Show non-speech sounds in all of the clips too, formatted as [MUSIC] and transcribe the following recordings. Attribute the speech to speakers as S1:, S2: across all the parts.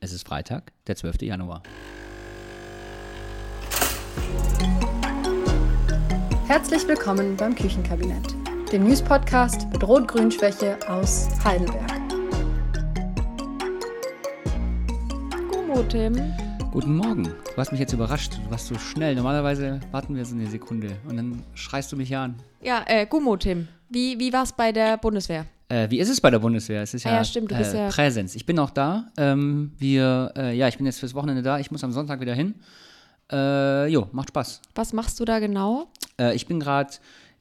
S1: Es ist Freitag, der 12. Januar.
S2: Herzlich willkommen beim Küchenkabinett, dem News-Podcast mit Rot-Grün-Schwäche aus Heidelberg.
S3: Gummo, Tim.
S1: Guten Morgen. Du hast mich jetzt überrascht. Du warst so schnell. Normalerweise warten wir so eine Sekunde und dann schreist du mich ja an.
S3: Ja, äh, Gummo, Tim. Wie, wie war's bei der Bundeswehr?
S1: Äh, wie ist es bei der Bundeswehr? Es ist
S3: Ah
S1: ja,
S3: ja, stimmt, du bist
S1: äh,
S3: ja-
S1: Präsenz. Ich bin auch da. Ähm, wir, äh, ja, ich bin jetzt fürs Wochenende da. Ich muss am Sonntag wieder hin. Äh, jo, macht Spaß.
S3: Was machst du da genau?
S1: Äh, ich bin gerade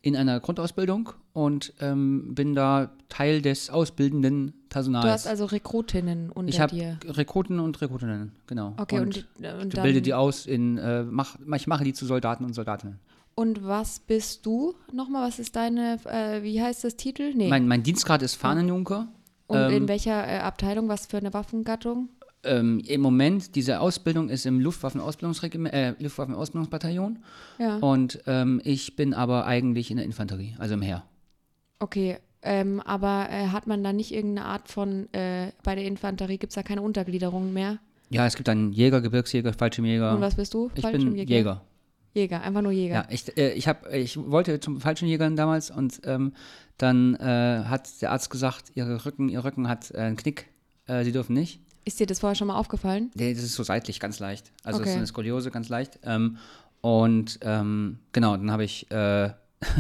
S1: in einer Grundausbildung und ähm, bin da Teil des ausbildenden Personals.
S3: Du hast also Rekrutinnen unter
S1: ich habe
S3: dir.
S1: Rekruten und Rekrutinnen, genau.
S3: Okay, und,
S1: und
S3: und,
S1: ich
S3: dann,
S1: bilde die aus in, äh, mach, ich mache die zu Soldaten und Soldatinnen.
S3: und was bist du nochmal? Was ist deine, äh, wie heißt das Titel? Nee.
S1: Mein, mein Dienstgrad ist Fahnenjunker.
S3: und
S1: ähm,
S3: in welcher äh, Abteilung, was für eine Waffengattung?
S1: Ähm, Im Moment, diese Ausbildung ist im Luftwaffenausbildungsregiment, äh, Luftwaffenausbildungsbataillon.
S3: Ja.
S1: Und ähm, ich bin aber eigentlich in der Infanterie, also im Heer.
S3: Okay, ähm, aber äh, hat man da nicht irgendeine Art von, äh, bei der Infanterie gibt es da keine Untergliederung mehr?
S1: Ja, es gibt dann Jäger, Gebirgsjäger, Fallschirmjäger.
S3: Und was bist du?
S1: ich bin
S3: Fallschirmjäger?
S1: Jäger.
S3: Jäger, einfach nur Jäger.
S1: Ja, ich, äh, ich, hab, ich wollte zum Fallschirmjägern damals und ähm, dann äh, hat der Arzt gesagt, ihre Rücken, ihr Rücken hat äh, einen Knick, äh, sie dürfen nicht.
S3: Ist dir das vorher schon mal aufgefallen?
S1: Nee, das ist so seitlich, ganz leicht. Also es ist
S3: Okay.
S1: eine Skoliose, ganz leicht. Ähm, und ähm, genau, dann habe ich, äh, [LAUGHS]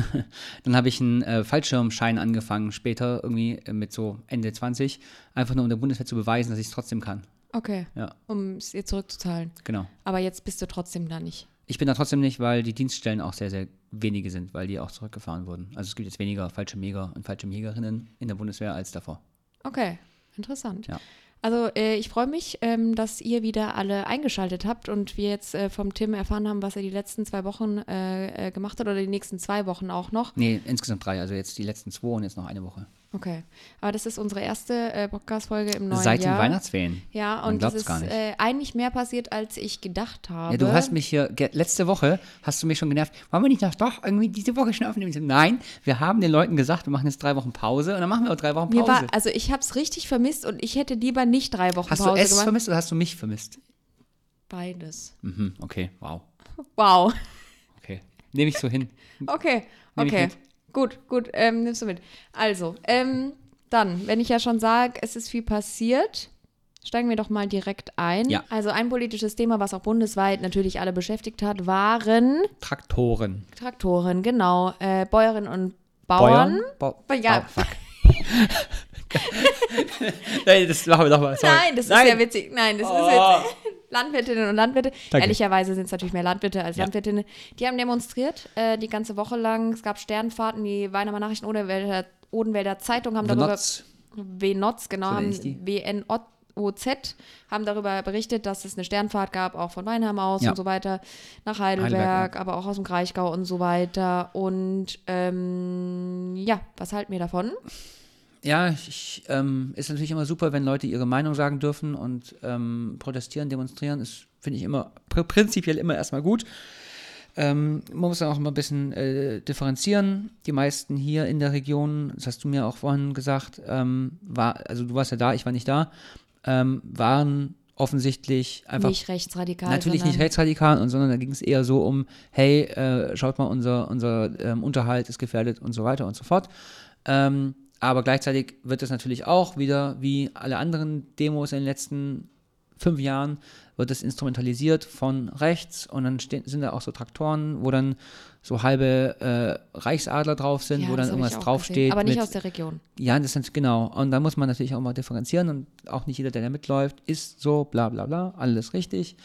S1: dann habe ich einen äh, Fallschirmschein angefangen, später irgendwie äh, mit so Ende 20, einfach nur um der Bundeswehr zu beweisen, dass ich es trotzdem kann.
S3: Okay,
S1: Ja,
S3: um es ihr zurückzuzahlen.
S1: genau.
S3: Aber jetzt bist du trotzdem da nicht.
S1: Ich bin da trotzdem nicht, weil die Dienststellen auch sehr, sehr wenige sind, weil die auch zurückgefahren wurden. Also es gibt jetzt weniger Fallschirmjäger und Fallschirmjägerinnen in der Bundeswehr als davor.
S3: Okay, interessant.
S1: Ja.
S3: Also äh, ich freue mich, ähm, dass ihr wieder alle eingeschaltet habt und wir jetzt äh, vom Tim erfahren haben, was er die letzten zwei Wochen äh, äh, gemacht hat oder die nächsten zwei Wochen auch noch.
S1: Nee, insgesamt drei, also jetzt die letzten zwei und jetzt noch eine Woche.
S3: Okay, aber das ist unsere erste äh, Podcast-Folge im neuen
S1: Seit
S3: Jahr.
S1: den Weihnachtsferien.
S3: Ja,
S1: Man
S3: und es
S1: glaubt's
S3: ist
S1: gar nicht.
S3: äh, eigentlich mehr passiert, als ich gedacht habe.
S1: Ja, du hast mich hier, ge- letzte Woche hast du mich schon genervt, wollen wir nicht noch doch irgendwie diese Woche schon aufnehmen? Ich so, Nein, wir haben den Leuten gesagt, wir machen jetzt drei Wochen Pause und dann machen wir auch drei Wochen
S3: Mir
S1: Pause.
S3: war, also ich habe es richtig vermisst und ich hätte lieber nicht drei Wochen
S1: hast
S3: Pause
S1: du es
S3: gemacht.
S1: vermisst oder hast du mich vermisst?
S3: Beides.
S1: Mhm, okay, wow.
S3: Wow.
S1: Okay, nehme ich so hin.
S3: Okay,
S1: Nehm ich
S3: okay.
S1: mit.
S3: Gut, gut, ähm, nimmst du mit. Also, ähm, dann, wenn ich ja schon sage, es ist viel passiert, steigen wir doch mal direkt ein.
S1: Ja.
S3: Also ein politisches Thema, was auch bundesweit natürlich alle beschäftigt hat, waren
S1: Traktoren.
S3: Traktoren, genau, äh, Bäuerinnen und Bauern.
S1: Bau-
S3: Ja.
S1: Bau- fuck. [LAUGHS] Nein, das machen wir doch mal. Sorry.
S3: Nein, das ist ja witzig. Nein, das ist
S1: Oh.
S3: jetzt [LAUGHS] Landwirtinnen und Landwirte.
S1: Danke.
S3: Ehrlicherweise sind es natürlich mehr Landwirte als
S1: Ja.
S3: Landwirtinnen. Die haben demonstriert äh, die ganze Woche lang. Es gab Sternfahrten, die Weinemer Nachrichten, Odenwälder, Odenwälder Zeitung haben darüber
S1: Benutzt.
S3: WNOZ, genau,
S1: So nenn
S3: haben
S1: ich die.
S3: WNOZ, haben darüber berichtet, dass es eine Sternfahrt gab, auch von Weinheim aus
S1: Ja.
S3: und so weiter, nach Heidelberg,
S1: Heidelberg,
S3: aber auch aus dem Kraichgau und so weiter. Und ähm, ja, was halten wir davon?
S1: Ja, ich, ähm, ist natürlich immer super, wenn Leute ihre Meinung sagen dürfen und ähm, protestieren, demonstrieren, ist, finde ich immer pr prinzipiell immer erstmal gut. Ähm, man muss dann auch immer ein bisschen äh, differenzieren. Die meisten hier in der Region, das hast du mir auch vorhin gesagt, ähm, war, also du warst ja da, ich war nicht da, ähm, waren offensichtlich einfach
S3: nicht rechtsradikal.
S1: Natürlich nicht
S3: sondern-
S1: rechtsradikal, und, sondern da ging es eher so um, hey, äh, schaut mal, unser, unser ähm, Unterhalt ist gefährdet und so weiter und so fort. Ähm, aber gleichzeitig wird es natürlich auch wieder, wie alle anderen Demos in den letzten fünf Jahren, wird es instrumentalisiert von rechts und dann stehen, sind da auch so Traktoren, wo dann so halbe äh, Reichsadler drauf sind,
S3: Ja,
S1: wo
S3: das
S1: dann
S3: hab ich
S1: irgendwas
S3: auch
S1: draufsteht.
S3: gesehen, Aber nicht
S1: mit,
S3: aus der Region.
S1: ja, das sind genau. Und da muss man natürlich auch mal differenzieren und auch nicht jeder, der da mitläuft, ist so, bla bla bla, alles richtig.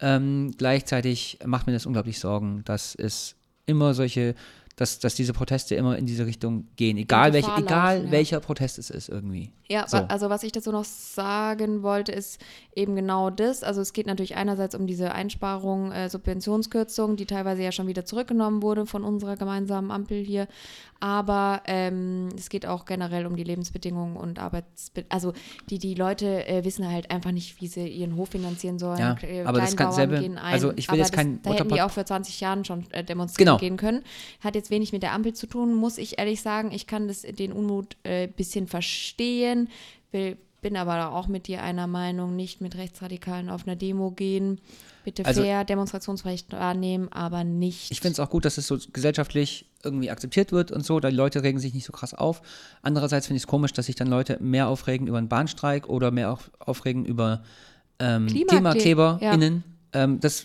S1: Ähm, gleichzeitig macht mir das unglaublich Sorgen, dass es immer solche, dass, dass diese Proteste immer in diese Richtung gehen, egal, welche,
S3: Gefahr
S1: egal
S3: laufen, ja.
S1: welcher Protest es ist irgendwie.
S3: Ja,
S1: So.
S3: wa- also was ich dazu noch sagen wollte, ist eben genau das. Also es geht natürlich einerseits um diese Einsparung, äh, Subventionskürzung, die teilweise ja schon wieder zurückgenommen wurde von unserer gemeinsamen Ampel hier. Aber ähm, es geht auch generell um die Lebensbedingungen und Arbeitsbedingungen. Also die, die Leute äh, wissen halt einfach nicht, wie sie ihren Hof finanzieren sollen.
S1: Ja,
S3: Äh,
S1: aber das kann
S3: Kleinbauern
S1: selbe-
S3: gehen ein.
S1: also ich will
S3: aber
S1: jetzt keinen
S3: das, Da hätten die
S1: Mutterpod-
S3: auch vor 20 Jahren schon äh, demonstrieren
S1: Genau.
S3: gehen können. Hat jetzt wenig mit der Ampel zu tun, muss ich ehrlich sagen. Ich kann das, den Unmut ein äh, bisschen verstehen. Will bin aber da auch mit dir einer Meinung, nicht mit Rechtsradikalen auf einer Demo gehen. Bitte
S1: Also-
S3: fair Demonstrationsrecht wahrnehmen, aber nicht.
S1: Ich finde es auch gut, dass es so gesellschaftlich irgendwie akzeptiert wird und so, da die Leute regen sich nicht so krass auf. Andererseits finde ich es komisch, dass sich dann Leute mehr aufregen über einen Bahnstreik oder mehr auf, aufregen über ähm,
S3: Klimakle-
S1: KlimakleberInnen. Ähm, das,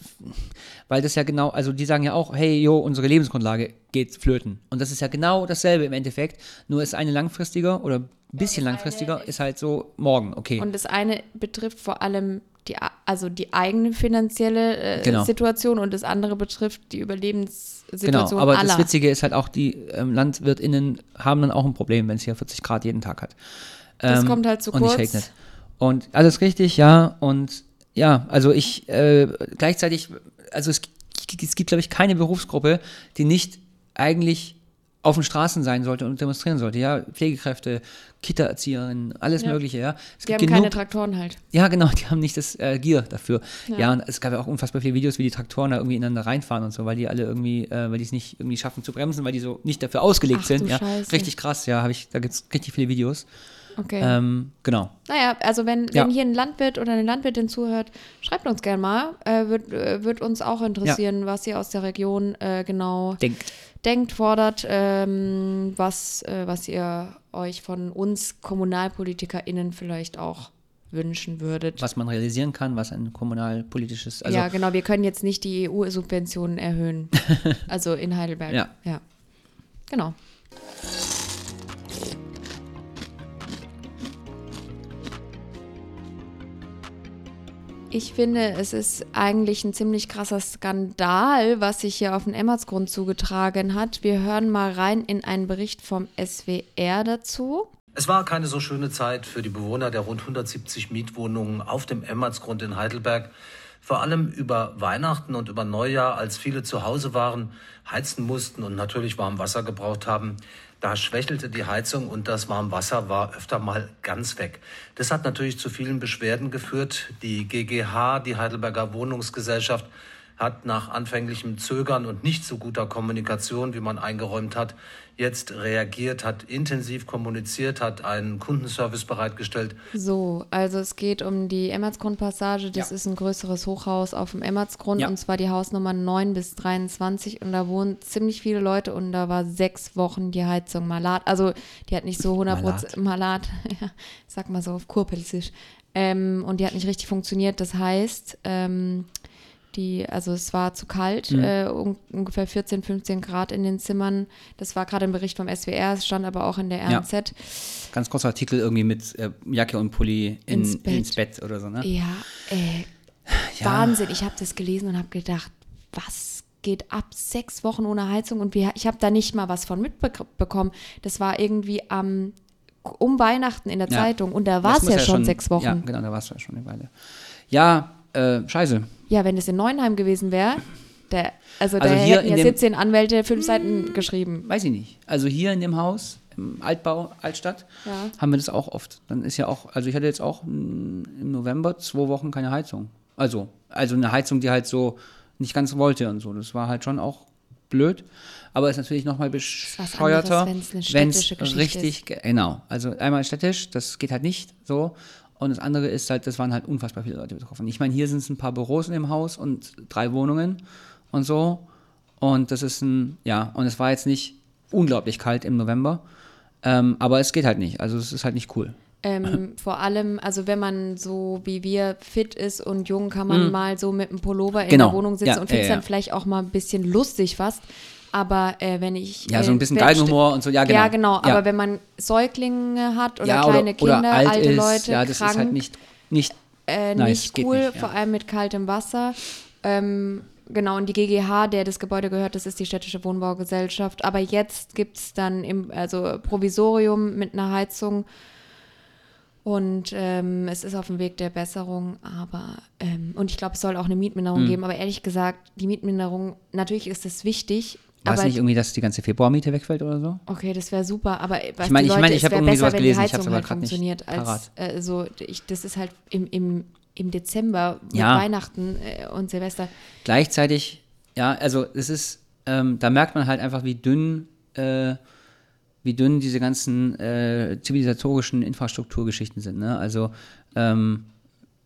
S1: weil das ja genau, also die sagen ja auch, hey, jo, unsere Lebensgrundlage geht flöten. Und das ist ja genau dasselbe im Endeffekt, nur ist eine langfristiger oder ein bisschen langfristiger, ist halt so morgen, okay.
S3: Und das eine betrifft vor allem die, a- also die eigene finanzielle äh,
S1: Genau.
S3: Situation und das andere betrifft die Überlebenssituation
S1: Genau, aber
S3: aller.
S1: das Witzige ist halt auch, die ähm, LandwirtInnen haben dann auch ein Problem, wenn es hier 40 Grad jeden Tag hat. Ähm,
S3: Das kommt halt zu
S1: und
S3: kurz.
S1: Nicht regnet. Und alles richtig, ja. Und ja, also ich äh, gleichzeitig, also es, g- es gibt, glaube ich, keine Berufsgruppe, die nicht eigentlich auf den Straßen sein sollte und demonstrieren sollte. Ja, Pflegekräfte, Kita-Erzieherinnen, alles
S3: Ja.
S1: Mögliche, ja. Es
S3: die haben
S1: gibt genug
S3: keine Traktoren halt.
S1: ja, genau, die haben nicht das äh, Gier dafür.
S3: Ja.
S1: Ja. und es gab ja auch unfassbar viele Videos, wie die Traktoren da irgendwie ineinander reinfahren und so, weil die alle irgendwie, äh, weil die es nicht irgendwie schaffen zu bremsen, weil die so nicht dafür ausgelegt
S3: Ach,
S1: sind.
S3: du
S1: ja,
S3: Scheiße.
S1: richtig krass, ja, habe ich, da gibt's richtig viele Videos.
S3: Okay.
S1: Ähm, genau.
S3: Naja, also wenn,
S1: Ja.
S3: wenn hier ein Landwirt oder eine Landwirtin zuhört, schreibt uns gerne mal. Äh, wird, äh, wird uns auch interessieren, was ihr aus der Region äh, genau
S1: Denkt.
S3: denkt, fordert, ähm, was, äh, was ihr euch von uns KommunalpolitikerInnen vielleicht auch wünschen würdet.
S1: Was man realisieren kann, was ein kommunalpolitisches, also
S3: ja, genau, wir können jetzt nicht die
S1: [LAUGHS]
S3: EU-Subventionen erhöhen. also in Heidelberg.
S1: Ja.
S3: ja. Genau. Ich finde, es ist eigentlich ein ziemlich krasser Skandal, was sich hier auf den Emmertsgrund zugetragen hat. Wir hören mal rein in einen Bericht vom SWR dazu.
S4: Es war keine so schöne Zeit für die Bewohner der rund 170 Mietwohnungen auf dem Emmertsgrund in Heidelberg. Vor allem über Weihnachten und über Neujahr, als viele zu Hause waren, heizen mussten und natürlich warm Wasser gebraucht haben. Da schwächelte die Heizung und das Warmwasser war öfter mal ganz weg. Das hat natürlich zu vielen Beschwerden geführt. Die GGH, die Heidelberger Wohnungsgesellschaft, hat nach anfänglichem Zögern und nicht so guter Kommunikation, wie man eingeräumt hat, jetzt reagiert, hat intensiv kommuniziert, hat einen Kundenservice bereitgestellt.
S3: So, also es geht um die Emmertsgrundpassage. Das
S1: Ja.
S3: ist ein größeres Hochhaus auf dem Emmertsgrund
S1: Ja.
S3: und zwar die Hausnummer 9 bis 23 und da wohnen ziemlich viele Leute und da war sechs Wochen die Heizung malat. Also die hat nicht so 100 Prozent malat, [LAUGHS] ja, sag mal so auf Kurpelzisch. Ähm, und die hat nicht richtig funktioniert. Das heißt, ähm, die, also es war zu kalt,
S1: Mhm.
S3: äh, un ungefähr 14, 15 Grad in den Zimmern. Das war gerade im Bericht vom SWR, es stand aber auch in der
S1: Ja.
S3: RNZ.
S1: ganz kurzer Artikel irgendwie mit äh, Jacke und Pulli in,
S3: Ins
S1: ins,
S3: Bett.
S1: Bett. oder so, ne?
S3: Ja, äh, ey. Wahnsinn. Ich habe das gelesen und habe gedacht, was geht ab? Sechs Wochen ohne Heizung und wir, ich habe da nicht mal was von mitbekommen. Das war irgendwie am um Weihnachten in der
S1: Ja.
S3: Zeitung und da
S1: Das
S3: war es
S1: muss
S3: ja, schon sechs Wochen.
S1: Ja,
S3: Ja,
S1: genau, da war es ja schon eine Weile. Ja, äh, scheiße.
S3: wenn es in Neuenheim gewesen wäre, der, also,
S1: Also
S3: da
S1: hier
S3: hätten
S1: in
S3: ja
S1: dem- Hm.
S3: 17 Anwälte fünf Seiten geschrieben.
S1: weiß ich nicht. Also hier in dem Haus, im Altbau, Altstadt,
S3: Ja.
S1: haben wir das auch oft. Dann ist ja auch, also ich hatte jetzt auch mm, im November zwei Wochen keine Heizung. Also, also eine Heizung, die halt so nicht ganz wollte und so. Das war halt schon auch blöd, aber ist natürlich nochmal
S3: was
S1: bescheuerter,
S3: anderes, wenn's eine
S1: wenn
S3: städtische
S1: es
S3: Geschichte
S1: richtig, ge- genau. Also einmal städtisch, das geht halt nicht so. Und das andere ist halt, das waren halt unfassbar viele Leute betroffen. Ich meine, hier sind es ein paar Büros in dem Haus und drei Wohnungen und so. Und das ist ein, ja, und es war jetzt nicht unglaublich kalt im November. Ähm, aber es geht halt nicht. Also es ist halt nicht cool. [LAUGHS]
S3: Ähm, vor allem, also wenn man so wie wir fit ist und jung, kann man mal so mit einem Pullover in
S1: Mhm. Genau.
S3: der Wohnung sitzen
S1: Ja,
S3: und findet
S1: ja,
S3: es
S1: ja.
S3: dann vielleicht auch mal ein bisschen lustig fast. Aber äh, wenn ich.
S1: Ja, so
S3: äh,
S1: ein bisschen
S3: wenn-
S1: Galgenhumor und so, ja, genau.
S3: Ja, genau. Aber
S1: Ja.
S3: wenn man Säuglinge hat oder
S1: ja,
S3: kleine Kinder,
S1: oder alt
S3: alte
S1: ist,
S3: Leute,
S1: ja, das
S3: krank,
S1: ist halt nicht, nicht
S3: äh,
S1: nice,
S3: nicht
S1: geht
S3: cool,
S1: nicht, ja.
S3: vor allem mit kaltem Wasser. Ähm, genau, und die GGH, der das Gebäude gehört, das ist die städtische Wohnbaugesellschaft. Aber jetzt gibt es dann im, also Provisorium mit einer Heizung. Und ähm, es ist auf dem Weg der Besserung, aber ähm, und ich glaube, es soll auch eine Mietminderung
S1: Hm.
S3: geben. Aber ehrlich gesagt, die Mietminderung, natürlich ist es wichtig,
S1: war es
S3: aber
S1: nicht irgendwie, dass die ganze Februarmiete wegfällt oder so?
S3: Okay, das wäre super, aber äh, was
S1: Ich meine,
S3: die
S1: ich
S3: Leute,
S1: meine, ich
S3: es
S1: hab
S3: wär
S1: irgendwie
S3: besser,
S1: sowas
S3: wenn
S1: gelesen,
S3: die
S1: ich hab's
S3: Heizung
S1: aber
S3: halt
S1: grad nicht
S3: funktioniert. Als,
S1: parat.
S3: äh, so, ich, das ist halt im, im, im Dezember mit
S1: Ja.
S3: Weihnachten äh, und Silvester.
S1: Gleichzeitig, ja, also es ist, ähm, da merkt man halt einfach, wie dünn äh, wie dünn diese ganzen äh, zivilisatorischen Infrastrukturgeschichten sind. Ne? Also ähm,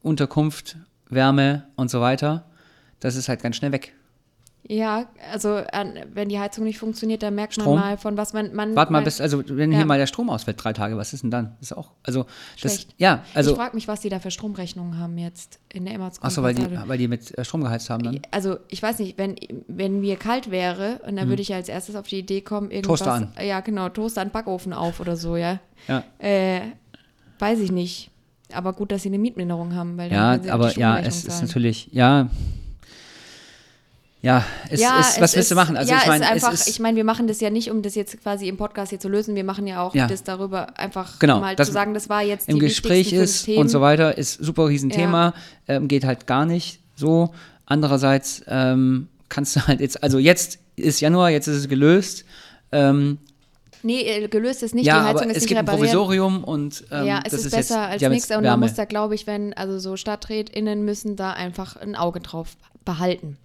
S1: Unterkunft, Wärme und so weiter, das ist halt ganz schnell weg.
S3: Ja, also an, wenn die Heizung nicht funktioniert, dann merkt
S1: Strom.
S3: man mal, von was man. man
S1: Warte mal,
S3: man-
S1: bis, also wenn
S3: Ja.
S1: hier mal der Strom ausfällt, drei Tage, was ist denn dann? Das ist auch, also das,
S3: Schlecht.
S1: ja,
S3: ich
S1: also,
S3: frage mich, was die da für Stromrechnungen haben jetzt in der Emmertskunde.
S1: achso, weil die, weil die mit äh, Strom geheizt haben dann.
S3: Also ich weiß nicht, wenn, wenn mir kalt wäre, und dann würde ich ja als erstes auf die Idee kommen, irgendwas.
S1: Hm. Toaster an.
S3: Ja, genau, Toaster an Backofen auf oder so, ja.
S1: Ja,
S3: Äh, weiß ich nicht. Aber gut, dass sie eine Mietminderung haben, weil dann
S1: ja
S3: können sie auch die
S1: aber ja, es
S3: Stromrechnung
S1: ist
S3: zahlen.
S1: natürlich, ja, ja, es
S3: Ja,
S1: ist, was willst
S3: es
S1: du
S3: ist-
S1: machen? Also
S3: ja,
S1: ich meine,
S3: es ist einfach,
S1: es ist,
S3: ich meine, wir machen das ja nicht, um das jetzt quasi im Podcast hier zu lösen. Wir machen ja auch
S1: Ja.
S3: das darüber einfach
S1: Genau,
S3: mal
S1: das-
S3: zu sagen, das war jetzt
S1: im
S3: die
S1: Gespräch
S3: wichtigsten
S1: ist
S3: fünf Themen.
S1: und so weiter, ist super Riesenthema, ähm, geht halt gar nicht so. Andererseits ähm, kannst du halt jetzt, also jetzt ist Januar, jetzt ist es gelöst. Ähm,
S3: Nee, äh, gelöst ist nicht,
S1: ja,
S3: die Heizung
S1: aber
S3: ist
S1: es
S3: nicht
S1: gibt ein
S3: repariert.
S1: Provisorium und ähm,
S3: ja, es
S1: das
S3: ist,
S1: ist
S3: besser
S1: jetzt,
S3: als
S1: die haben
S3: nichts
S1: jetzt
S3: und man
S1: Wärme.
S3: muss da, glaube ich, wenn, also so StadträtInnen müssen da einfach ein Auge drauf behalten.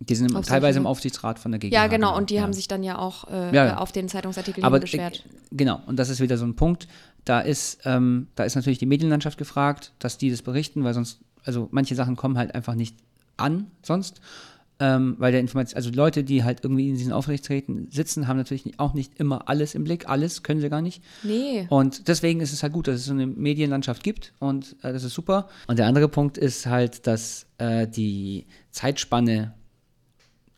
S1: Die sind im,
S3: auf
S1: teilweise
S3: solche-
S1: im Aufsichtsrat von der GmbH.
S3: Ja, genau, und die
S1: ja.
S3: haben sich dann ja auch äh,
S1: Ja, ja.
S3: auf den Zeitungsartikel
S1: aber,
S3: hin beschwert.
S1: äh, Genau, und das ist wieder so ein Punkt. Da ist, ähm, da ist natürlich die Medienlandschaft gefragt, dass die das berichten, weil sonst, also manche Sachen kommen halt einfach nicht an, sonst. Ähm, weil der Information, also Leute, die halt irgendwie in diesen Aufsichtsräten sitzen, haben natürlich nicht- auch nicht immer alles im Blick. Alles können sie gar nicht.
S3: Nee.
S1: Und deswegen ist es halt gut, dass es so eine Medienlandschaft gibt und äh, das ist super. Und der andere Punkt ist halt, dass äh, die Zeitspanne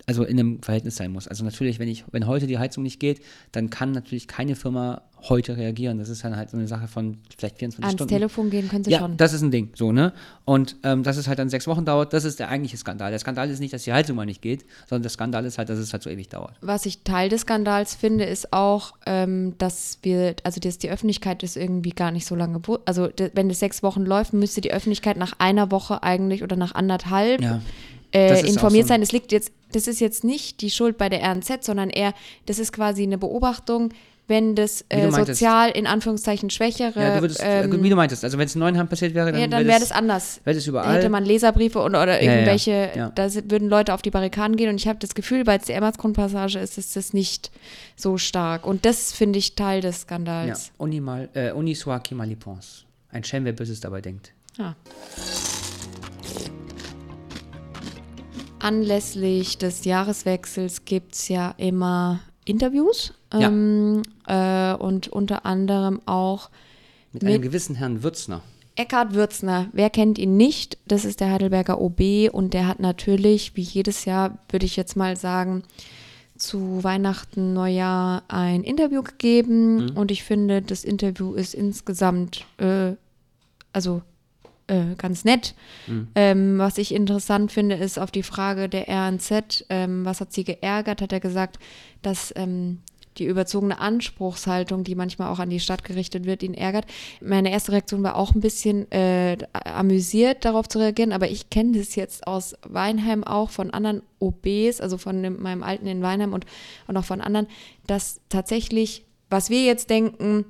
S1: also in einem Verhältnis sein muss. Also natürlich, wenn ich, wenn heute die Heizung nicht geht, dann kann natürlich keine Firma heute reagieren. Das ist dann halt so eine Sache von vielleicht 24
S3: Ans
S1: Stunden.
S3: Telefon gehen können sie
S1: Ja,
S3: schon.
S1: das ist ein Ding, so, ne? Und ähm, dass es halt dann sechs Wochen dauert, das ist der eigentliche Skandal. Der Skandal ist nicht, dass die Heizung mal nicht geht, sondern der Skandal ist halt, dass es halt so ewig dauert.
S3: was ich Teil des Skandals finde, ist auch, ähm, dass wir, also dass die Öffentlichkeit das irgendwie gar nicht so lange, wo- also de, wenn das sechs Wochen läuft, müsste die Öffentlichkeit nach einer Woche eigentlich oder nach anderthalb
S1: Ja. Das ist
S3: äh,
S1: auch
S3: informiert
S1: so ein-
S3: sein. Das liegt jetzt, das ist jetzt nicht die Schuld bei der RNZ, sondern eher, das ist quasi eine Beobachtung, wenn das
S1: Wie du
S3: äh,
S1: meintest.
S3: sozial in Anführungszeichen schwächere,
S1: Ja, du würdest,
S3: ähm,
S1: wie du meintest, also wenn es neun Hand passiert wäre, dann,
S3: ja, dann
S1: wäre
S3: wäre das anders.
S1: wäre das überall.
S3: Da hätte man Leserbriefe und, oder
S1: ja,
S3: irgendwelche,
S1: ja.
S3: da si- würden Leute auf die Barrikaden gehen. Und ich habe das Gefühl, weil es die Emmersgrundpassage ist, ist das nicht so stark. Und das finde ich Teil des
S1: Ja,
S3: Skandals.
S1: Uni mal, äh, Uni soit qui mal y pense. Ein Schelm, wer Böses dabei denkt.
S3: Ja. Anlässlich des Jahreswechsels gibt es ja immer Interviews.
S1: Ja.
S3: Ähm, äh, und unter anderem auch
S1: Mit,
S3: Mit-
S1: einem gewissen Herrn Würzner.
S3: Eckhard Würzner, wer kennt ihn nicht? Das ist der Heidelberger OB und der hat natürlich, wie jedes Jahr, würde ich jetzt mal sagen, zu Weihnachten, Neujahr ein Interview gegeben und ich finde, das Interview ist insgesamt, äh, also äh, ganz nett. Ähm, was ich interessant finde, ist auf die Frage der RNZ, ähm, was hat sie geärgert, hat er gesagt, dass ähm, die überzogene Anspruchshaltung, die manchmal auch an die Stadt gerichtet wird, ihn ärgert. Meine erste Reaktion war auch ein bisschen äh, amüsiert, darauf zu reagieren, aber ich kenne das jetzt aus Weinheim auch von anderen OBs, also von dem, meinem Alten in Weinheim und, und auch von anderen, dass tatsächlich, was wir jetzt denken,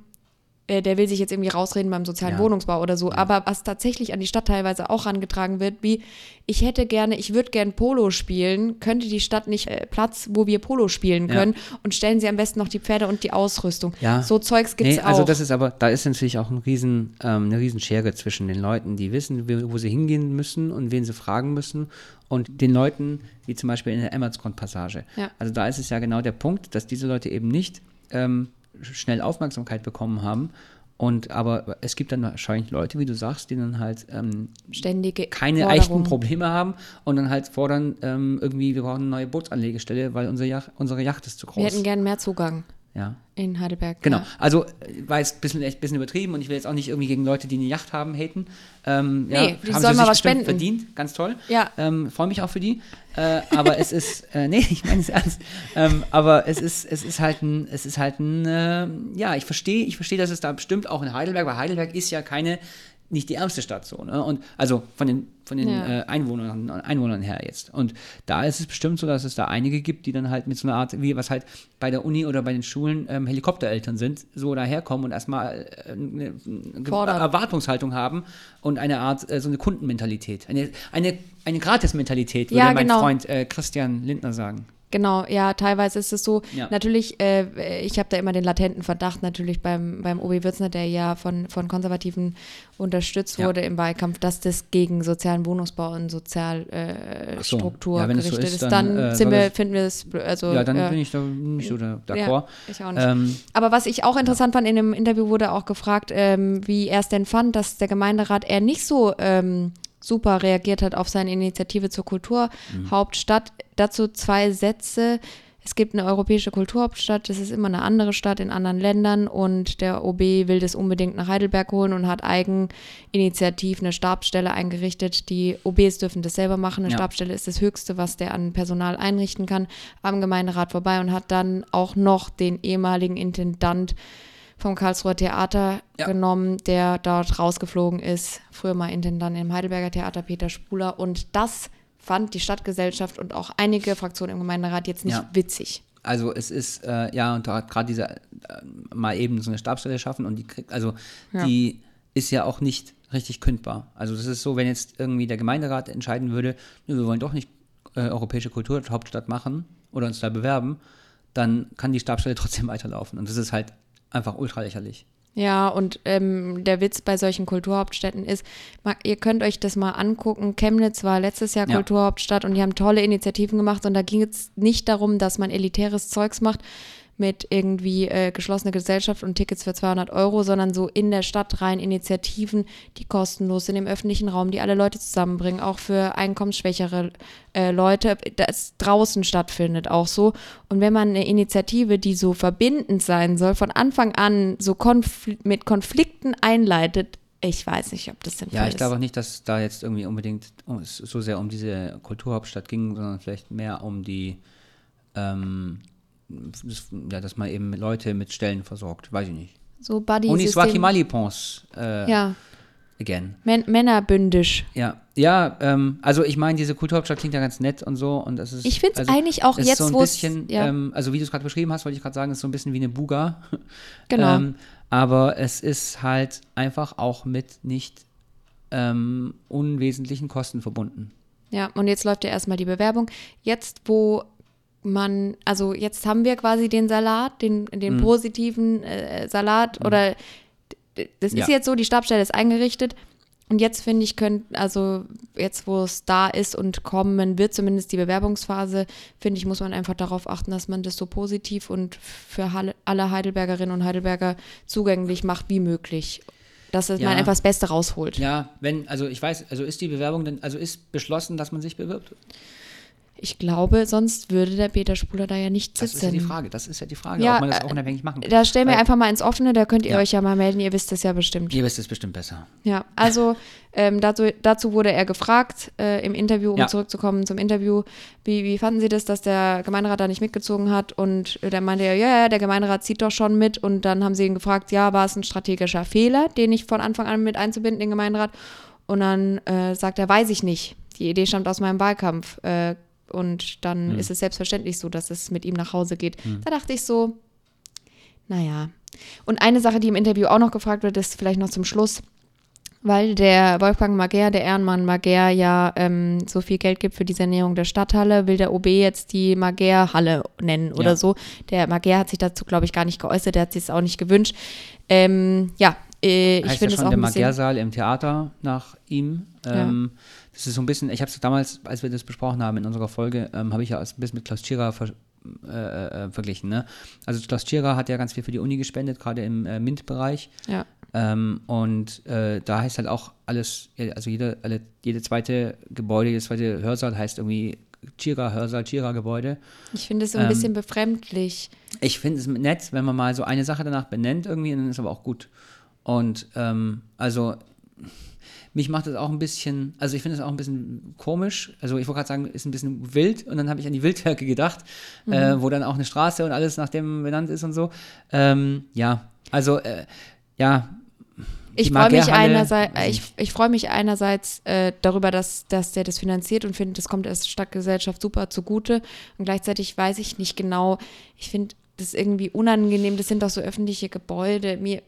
S3: äh, der will sich jetzt irgendwie rausreden beim sozialen
S1: Ja.
S3: Wohnungsbau oder so. Aber was tatsächlich an die Stadt teilweise auch rangetragen wird, wie ich hätte gerne, ich würde gern Polo spielen, könnte die Stadt nicht äh, Platz, wo wir Polo spielen
S1: Ja.
S3: können und stellen sie am besten noch die Pferde und die Ausrüstung.
S1: Ja.
S3: So Zeugs gibt's
S1: Nee, also
S3: auch.
S1: das ist aber, da ist natürlich auch ein riesen, ähm, eine Riesenschere zwischen den Leuten, die wissen, wo, wo sie hingehen müssen und wen sie fragen müssen und den Leuten, wie zum Beispiel in der Emmertsgrund-Passage.
S3: Ja.
S1: Also da ist es ja genau der Punkt, dass diese Leute eben nicht ähm, schnell Aufmerksamkeit bekommen haben und aber es gibt dann wahrscheinlich Leute, wie du sagst, die dann halt ähm,
S3: Ständige
S1: keine
S3: Forderungen.
S1: echten Probleme haben und dann halt fordern, ähm, irgendwie, wir brauchen eine neue Bootsanlegestelle, weil unsere, Yacht, unsere Yacht ist zu groß.
S3: Wir hätten gern mehr Zugang
S1: ja.
S3: in Heidelberg.
S1: Genau.
S3: Ja.
S1: Also äh, war jetzt ein bisschen, echt ein bisschen übertrieben und ich will jetzt auch nicht irgendwie gegen Leute, die eine Yacht haben, haten. Ähm, ja,
S3: Nee, die
S1: haben
S3: sollen
S1: sie
S3: mal
S1: sich
S3: was
S1: bestimmt
S3: spenden.
S1: verdient, ganz toll.
S3: Ja.
S1: Ähm, Freue mich auch für die. Äh, aber es ist, [LAUGHS] äh, nee, ich meine es ernst. Ähm, aber es ist, es ist halt ein, es ist halt ein, ähm, ja, ich verstehe, ich verstehe, dass es da bestimmt auch in Heidelberg, weil Heidelberg ist ja keine, nicht die ärmste Stadt so, ne? Und also von den, von den
S3: Ja.
S1: äh, Einwohnern, Einwohnern her jetzt. Und da ist es bestimmt so, dass es da einige gibt, die dann halt mit so einer Art, wie was halt bei der Uni oder bei den Schulen ähm, Helikoptereltern sind, so daherkommen und erstmal äh, eine, eine
S3: Fordern.
S1: Erwartungshaltung haben und eine Art, äh, so eine Kundenmentalität. Eine, eine, eine Gratis-Mentalität, würde
S3: Ja,
S1: mein
S3: genau.
S1: Freund äh, Christian Lindner sagen.
S3: Genau, ja, teilweise ist es so.
S1: Ja.
S3: Natürlich, äh, ich habe da immer den latenten Verdacht natürlich beim, beim Obi Würzner, der ja von, von Konservativen unterstützt
S1: Ja.
S3: wurde im Wahlkampf, dass das gegen sozialen Wohnungsbau und Sozialstruktur äh,
S1: Ach so.
S3: Struktur
S1: Ja, wenn es so
S3: gerichtet
S1: ist,
S3: ist.
S1: dann,
S3: Dann,
S1: äh,
S3: sind
S1: soll
S3: wir,
S1: das-
S3: finden wir das, blö- also
S1: Ja, dann
S3: ja.
S1: bin ich da nicht so da- d'accord.
S3: Ja, ich auch nicht.
S1: ähm,
S3: Aber was ich auch interessant fand, in dem Interview wurde auch gefragt, ähm, wie er es denn fand, dass der Gemeinderat eher nicht so ähm, super reagiert hat auf seine Initiative zur Kulturhauptstadt. Dazu zwei Sätze. Es gibt eine europäische Kulturhauptstadt, das ist immer eine andere Stadt in anderen Ländern und der OB will das unbedingt nach Heidelberg holen und hat eigeninitiativ eine Stabsstelle eingerichtet. Die OBs dürfen das selber machen. Eine
S1: Ja.
S3: Stabsstelle ist das Höchste, was der an Personal einrichten kann, am Gemeinderat vorbei und hat dann auch noch den ehemaligen Intendant vom Karlsruher Theater
S1: Ja.
S3: genommen, der dort rausgeflogen ist. Früher mal Intendant im Heidelberger Theater, Peter Spuler. Und das fand die Stadtgesellschaft und auch einige Fraktionen im Gemeinderat jetzt nicht
S1: Ja.
S3: witzig.
S1: Also es ist, äh, ja, und gerade diese, äh, mal eben so eine Stabsstelle schaffen und die kriegt, also
S3: Ja.
S1: die ist ja auch nicht richtig kündbar. Also das ist so, wenn jetzt irgendwie der Gemeinderat entscheiden würde, nö, wir wollen doch nicht äh, europäische Kulturhauptstadt machen oder uns da bewerben, dann kann die Stabsstelle [LAUGHS] trotzdem weiterlaufen. Und das ist halt einfach ultra lächerlich.
S3: Ja, und ähm, der Witz bei solchen Kulturhauptstädten ist, ma- ihr könnt euch das mal angucken. Chemnitz war letztes Jahr
S1: Ja.
S3: Kulturhauptstadt und die haben tolle Initiativen gemacht und da ging es nicht darum, dass man elitäres Zeugs macht mit irgendwie äh, geschlossener Gesellschaft und Tickets für 200 Euro, sondern so in der Stadt rein Initiativen, die kostenlos sind im öffentlichen Raum, die alle Leute zusammenbringen, auch für einkommensschwächere äh, Leute, das draußen stattfindet auch so. Und wenn man eine Initiative, die so verbindend sein soll, von Anfang an so konfl mit Konflikten einleitet, ich weiß nicht, ob das denn
S1: Ja,
S3: fair
S1: ich
S3: ist.
S1: glaube auch nicht, dass da jetzt irgendwie unbedingt um- es so sehr um diese Kulturhauptstadt ging, sondern vielleicht mehr um die, ähm, das, ja, dass man eben Leute mit Stellen versorgt. Weiß ich nicht.
S3: so Buddy
S1: Uniswaki Malipons äh,
S3: Ja,
S1: again.
S3: Män Männerbündisch.
S1: Ja, ja ähm, also ich meine, diese Kulturhauptstadt klingt ja ganz nett und so. Und das ist,
S3: Ich find's
S1: also,
S3: eigentlich auch
S1: ist
S3: jetzt,
S1: so ein
S3: wo es-
S1: bisschen,
S3: ja.
S1: ähm, also wie du es gerade beschrieben hast, wollte ich gerade sagen, ist so ein bisschen wie eine Buga. [LAUGHS]
S3: Genau.
S1: Ähm, aber es ist halt einfach auch mit nicht ähm, unwesentlichen Kosten verbunden.
S3: Ja, und jetzt läuft ja erstmal die Bewerbung. Jetzt, wo man, also jetzt haben wir quasi den Salat, den,
S1: Mhm.
S3: den positiven äh, Salat oder d- das ist
S1: Ja.
S3: jetzt so, die Stabstelle ist eingerichtet. Und jetzt finde ich, könnt, also jetzt, wo es da ist und kommen wird, zumindest die Bewerbungsphase, finde ich, muss man einfach darauf achten, dass man das so positiv und für Halle- alle Heidelbergerinnen und Heidelberger zugänglich macht wie möglich. Dass es
S1: Ja.
S3: man einfach das Beste rausholt.
S1: Ja, wenn, also ich weiß, also ist die Bewerbung denn, also ist beschlossen, dass man sich bewirbt?
S3: Ich glaube, sonst würde der Peter Spuler da ja nicht
S1: Das
S3: sitzen.
S1: ist ja die Frage, das ist ja die Frage,
S3: Ja,
S1: ob man das auch
S3: äh,
S1: unabhängig machen kann.
S3: Da stellen wir
S1: Weil-
S3: einfach mal ins Offene, da könnt ihr
S1: Ja.
S3: euch ja mal melden, ihr wisst das ja bestimmt.
S1: Ihr wisst es bestimmt besser.
S3: Ja, also ähm, dazu, dazu wurde er gefragt äh, im Interview, um
S1: Ja.
S3: zurückzukommen zum Interview, wie, wie fanden Sie das, dass der Gemeinderat da nicht mitgezogen hat? Und äh, dann meinte er, ja, ja, der Gemeinderat zieht doch schon mit. Und dann haben sie ihn gefragt, ja, war es ein strategischer Fehler, den ich von Anfang an mit einzubinden, den Gemeinderat? Und dann äh, sagt er, weiß ich nicht. Die Idee stammt aus meinem Wahlkampf. Äh, und dann ist es selbstverständlich so, dass es mit ihm nach Hause geht. Da dachte ich so, naja. Und eine Sache, die im Interview auch noch gefragt wird, ist vielleicht noch zum Schluss, weil der Wolfgang Mager, der Ehrenmann Mager, ja ähm, so viel Geld gibt für die Sanierung der Stadthalle, will der OB jetzt die Mager-Halle nennen oder
S1: Ja.
S3: so. Der Mager hat sich dazu, glaube ich, gar nicht geäußert, der hat sich es auch nicht gewünscht. Ähm, ja, äh, ich
S1: heißt ja
S3: finde es
S1: schon
S3: auch
S1: der
S3: ein bisschen.
S1: Magärsaal im Theater nach ihm. Ähm, Das ist so ein bisschen, ich habe es damals, als wir das besprochen haben in unserer Folge, ähm, habe ich ja als- ein bisschen mit Klaus Tschira ver, äh, äh, verglichen. Ne? Also Klaus Tschira hat ja ganz viel für die Uni gespendet, gerade im äh, MINT-Bereich.
S3: Ja.
S1: Ähm, und äh, da heißt halt auch alles, also jede, alle, jede zweite Gebäude, jedes zweite Hörsaal heißt irgendwie Tschira Hörsaal, Tschira Gebäude.
S3: Ich finde es so ein
S1: Ähm,
S3: bisschen befremdlich.
S1: Ich finde es nett, wenn man mal so eine Sache danach benennt irgendwie, dann ist aber auch gut. Und ähm, also mich macht das auch ein bisschen, also ich finde es auch ein bisschen komisch. Also ich wollte gerade sagen, ist ein bisschen wild und dann habe ich an die Wildwerke gedacht, äh, wo dann auch eine Straße und alles nach dem benannt ist und so. Ähm, ja, also äh, ja,
S3: Ich
S1: Die
S3: freue mich,
S1: Magärhalle,
S3: einerseits-
S1: weiß
S3: ich, ich freu mich einerseits äh, darüber, dass, dass der das finanziert und finde, das kommt der Stadtgesellschaft super zugute. Und gleichzeitig weiß ich nicht genau, ich finde das irgendwie unangenehm. Das sind doch so öffentliche Gebäude. Mir,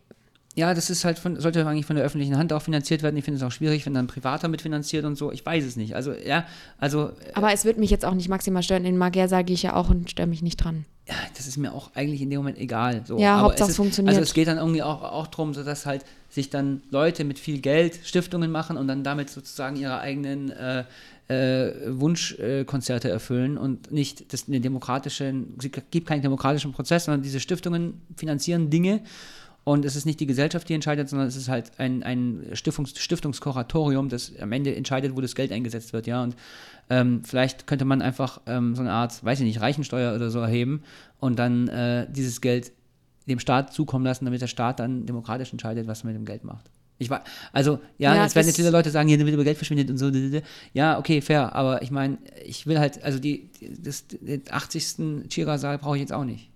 S1: ja, das ist halt von, sollte eigentlich von der öffentlichen Hand auch finanziert werden. Ich finde es auch schwierig, wenn dann Privater mitfinanziert und so. Ich weiß es nicht. Also, ja, also,
S3: Aber es wird mich jetzt auch nicht maximal stören. In Magersa gehe ich ja auch und störe mich nicht dran.
S1: ja, das ist mir auch eigentlich in dem Moment egal. So.
S3: Ja,
S1: Aber
S3: Hauptsache
S1: es
S3: es
S1: ist,
S3: funktioniert.
S1: Also, es geht dann irgendwie auch, auch darum, dass halt sich dann Leute mit viel Geld Stiftungen machen und dann damit sozusagen ihre eigenen äh, äh, Wunschkonzerte äh, Konzerte erfüllen und nicht das eine demokratischen, es gibt keinen demokratischen Prozess, sondern diese Stiftungen finanzieren Dinge und es ist nicht die Gesellschaft, die entscheidet, sondern es ist halt ein, ein Stiftungs Stiftungskuratorium, das am Ende entscheidet, wo das Geld eingesetzt wird, ja. Und ähm, vielleicht könnte man einfach ähm, so eine Art, weiß ich nicht, Reichensteuer oder so erheben und dann äh, dieses Geld dem Staat zukommen lassen, damit der Staat dann demokratisch entscheidet, was man mit dem Geld macht. Ich war, also, ja,
S3: Ja,
S1: jetzt werden
S3: das-
S1: jetzt wieder Leute sagen, hier wird über Geld verschwindet und so. Ja, okay, fair, aber ich meine, ich will halt, also die, die- das, den 80. Chira-Saal brauche ich jetzt auch nicht.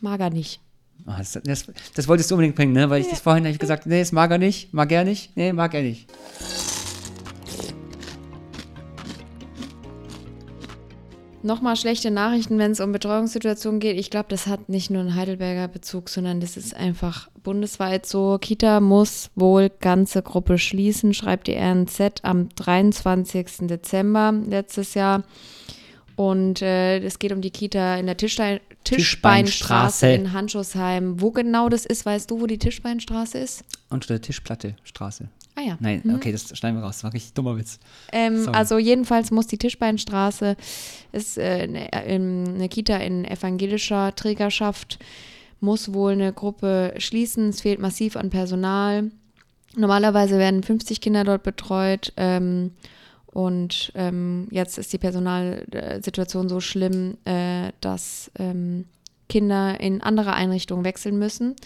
S3: Mag er nicht.
S1: Ah, das, das, das wolltest du unbedingt bringen, ne? Weil ich das vorhin habe ich gesagt, nee, das mag er nicht, mag er nicht, nee, mag er nicht.
S3: Nochmal schlechte Nachrichten, wenn es um Betreuungssituationen geht. Ich glaube, das hat nicht nur einen Heidelberger Bezug, sondern das ist einfach bundesweit so. Kita muss wohl ganze Gruppe schließen, schreibt die RNZ am 23. Dezember letztes Jahr. Und äh, es geht um die Kita in der Tischstein
S1: Tischbeinstraße.
S3: Tischbeinstraße in Handschussheim. Wo genau das ist, weißt du, wo die Tischbeinstraße ist?
S1: Unter der Tischplatte, Straße.
S3: Ah ja.
S1: Nein, okay, das schneiden wir raus, das war richtig dummer Witz.
S3: Ähm,
S1: Sorry.
S3: also jedenfalls muss die Tischbeinstraße, ist äh, eine, ähm, eine Kita in evangelischer Trägerschaft, muss wohl eine Gruppe schließen. Es fehlt massiv an Personal. Normalerweise werden 50 Kinder dort betreut. Ähm, und ähm, jetzt ist die Personalsituation so schlimm, äh, dass ähm, Kinder in andere Einrichtungen wechseln müssen.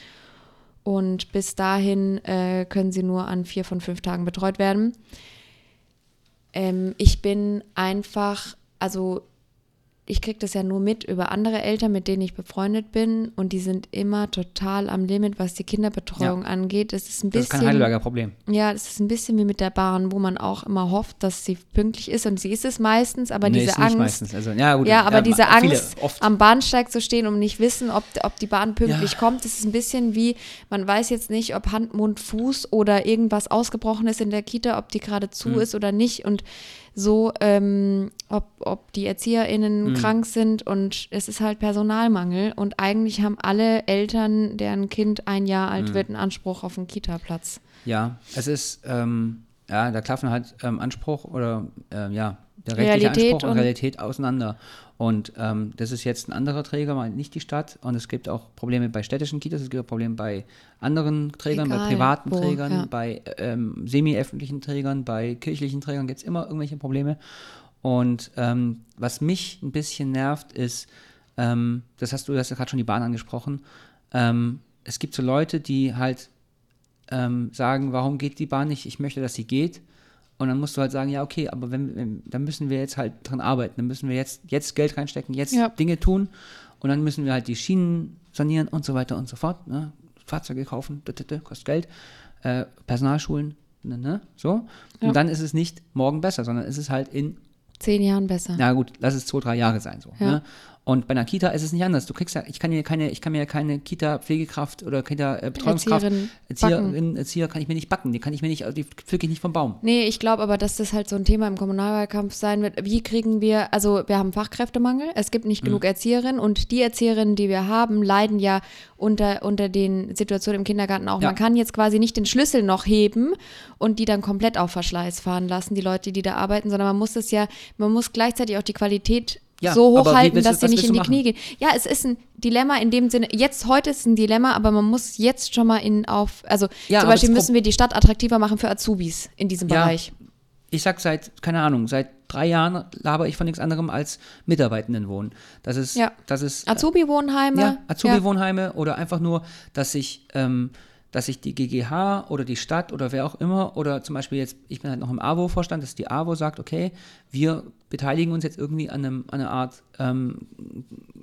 S3: Und bis dahin äh, können sie nur an vier von fünf Tagen betreut werden. Ähm, ich bin einfach, also ich kriege das ja nur mit über andere Eltern, mit denen ich befreundet bin. Und die sind immer total am Limit, was die Kinderbetreuung angeht. Es ist ein
S1: Das ist kein
S3: bisschen.
S1: Heidelberger Problem.
S3: Ja, das ist ein bisschen wie mit der Bahn, wo man auch immer hofft, dass sie pünktlich ist und sie ist es meistens, aber
S1: Nee,
S3: diese
S1: ist nicht
S3: Angst.
S1: meistens. Also, ja, gut,
S3: Ja, aber
S1: ähm,
S3: diese
S1: viele,
S3: Angst,
S1: oft.
S3: am Bahnsteig zu stehen und nicht wissen, ob, ob die Bahn pünktlich
S1: Ja.
S3: kommt, das ist ein bisschen wie, man weiß jetzt nicht, ob Hand, Mund, Fuß oder irgendwas ausgebrochen ist in der Kita, ob die gerade zu
S1: Mhm.
S3: ist oder nicht und so, ähm, ob, ob die
S1: Mhm.
S3: ErzieherInnen krank sind und es ist halt Personalmangel und eigentlich haben alle Eltern, deren Kind ein Jahr
S1: Mhm.
S3: alt wird, einen Anspruch auf einen Kita-Platz.
S1: Ja, es ist, ähm, ja, da klaffen halt ähm, Anspruch oder, ähm, ja, der rechtliche
S3: Realität
S1: Anspruch und
S3: und-
S1: Realität auseinander. Und ähm, das ist jetzt ein anderer Träger, mal nicht die Stadt. Und es gibt auch Probleme bei städtischen Kitas, es gibt auch Probleme bei anderen Trägern, bei
S3: Egal,
S1: privaten
S3: wo,
S1: Trägern,
S3: ja.
S1: bei ähm, semi-öffentlichen Trägern, bei kirchlichen Trägern gibt es immer irgendwelche Probleme. Und ähm, was mich ein bisschen nervt, ist, ähm, das hast du, du hast ja gerade schon die Bahn angesprochen, ähm, es gibt so Leute, die halt ähm, sagen, warum geht die Bahn nicht, ich möchte, dass sie geht. Und dann musst du halt sagen, ja, okay, aber wenn, wenn dann müssen wir jetzt halt dran arbeiten, dann müssen wir jetzt, jetzt Geld reinstecken, jetzt
S3: Ja.
S1: Dinge tun und dann müssen wir halt die Schienen sanieren und so weiter und so fort. Ne? Fahrzeuge kaufen, tü, tü, tü, kostet Geld, äh, Personalschulen, ne, ne? so. Und
S3: Ja.
S1: dann ist es nicht morgen besser, sondern es ist halt in
S3: Zehn Jahren besser.
S1: na gut, lass es zwei, drei Jahre sein so.
S3: Ja.
S1: Ne? Und bei einer Kita ist es nicht anders. Du kriegst ja, ich kann mir keine, ich kann mir keine Kita-Pflegekraft oder Kita-Betreuungskraft,
S3: Erzieherin
S1: Erzieherin, Erzieher kann ich mir nicht backen. Die kann ich mir nicht, also die pflück ich nicht vom Baum.
S3: Nee, ich glaube aber, dass das halt so ein Thema im Kommunalwahlkampf sein wird. Wie kriegen wir, also wir haben Fachkräftemangel, es gibt
S1: Mhm.
S3: nicht genug Erzieherinnen und die Erzieherinnen, die wir haben, leiden ja unter, unter den Situationen im Kindergarten auch.
S1: Ja.
S3: Man kann jetzt quasi nicht den Schlüssel noch heben und die dann komplett auf Verschleiß fahren lassen, die Leute, die da arbeiten, sondern man muss das ja, man muss gleichzeitig auch die Qualität
S1: Ja,
S3: so
S1: aber wie
S3: hochhalten,
S1: willst du-
S3: dass sie
S1: was
S3: nicht in die
S1: willst du
S3: Knie gehen. Ja, es ist ein Dilemma in dem Sinne, jetzt heute ist es ein Dilemma, aber man muss jetzt schon mal in auf, also
S1: Ja,
S3: zum
S1: aber das
S3: Beispiel
S1: Pro-
S3: müssen wir die Stadt attraktiver machen für Azubis in diesem
S1: Ja.
S3: Bereich.
S1: ich sag seit, keine Ahnung, seit drei Jahren laber ich von nichts anderem als Mitarbeitendenwohnen. Das ist,
S3: Ja. Also
S1: das ist
S3: Azubi-Wohnheime.
S1: Ja, Azubi-Wohnheime oder einfach nur, dass sich, ähm, dass sich die GGH oder die Stadt oder wer auch immer oder zum Beispiel jetzt, ich bin halt noch im AWO-Vorstand, dass die AWO sagt, okay, wir beteiligen uns jetzt irgendwie an, einem, an einer Art ähm,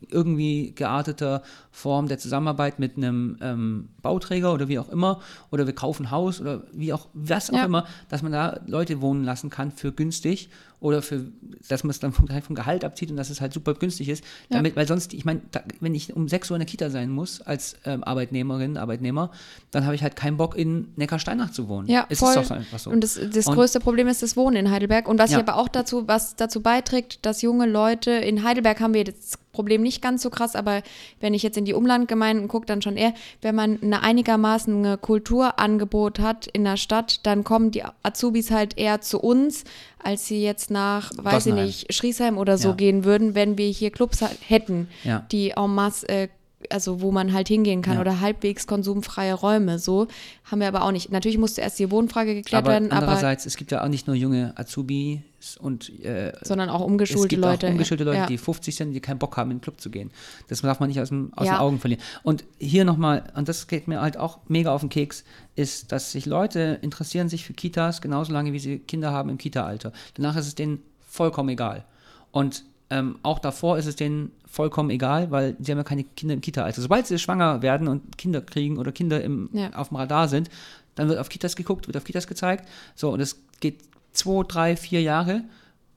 S1: irgendwie gearteter Form der Zusammenarbeit mit einem ähm, Bauträger oder wie auch immer oder wir kaufen Haus oder wie auch was auch
S3: Ja.
S1: immer, dass man da Leute wohnen lassen kann für günstig oder für, dass man es dann vom, vom Gehalt abzieht und dass es halt super günstig ist,
S3: Ja.
S1: damit, weil sonst, ich meine, da- wenn ich um 6 Uhr in der Kita sein muss als ähm, Arbeitnehmerin, Arbeitnehmer, dann habe ich halt keinen Bock in Neckarsteinach zu wohnen.
S3: Ja,
S1: es
S3: voll.
S1: ist doch einfach so.
S3: Und das, das
S1: Und-
S3: größte Problem ist das Wohnen in Heidelberg. Und was
S1: Ja.
S3: ich aber auch dazu, was dazu beiträgt, dass junge Leute in Heidelberg haben wir das Problem nicht ganz so krass, aber wenn ich jetzt in die Umlandgemeinden gucke, dann schon eher, wenn man eine einigermaßen ein Kulturangebot hat in der Stadt, dann kommen die Azubis halt eher zu uns, als sie jetzt nach, weiß ich
S1: Gossenheim.
S3: nicht, Schriesheim oder so
S1: Ja.
S3: gehen würden, wenn wir hier Clubs ha- hätten,
S1: Ja.
S3: die en masse, äh, also wo man halt hingehen kann
S1: Ja.
S3: oder halbwegs konsumfreie Räume. So haben wir aber auch nicht. Natürlich musste erst die Wohnfrage geklärt
S1: aber
S3: werden, aber,
S1: andererseits, es gibt ja auch nicht nur junge Azubis und äh,
S3: sondern auch
S1: es
S3: umgeschulte
S1: gibt
S3: Leute.
S1: auch ungeschulte Leute,
S3: ja.
S1: die 50 sind, die keinen Bock haben, in den Club zu gehen. Das darf man nicht aus, dem, aus
S3: Ja.
S1: den Augen verlieren. Und hier nochmal, und das geht mir halt auch mega auf den Keks, ist, dass sich Leute interessieren sich für Kitas genauso lange, wie sie Kinder haben im Kita-Alter. Danach ist es denen vollkommen egal. Und ähm, auch davor ist es denen vollkommen egal, weil sie haben ja keine Kinder im Kita-Alter. Sobald sie schwanger werden und Kinder kriegen oder Kinder im,
S3: Ja.
S1: auf dem Radar sind, dann wird auf Kitas geguckt, wird auf Kitas gezeigt. So, und es geht zwei, drei, vier Jahre,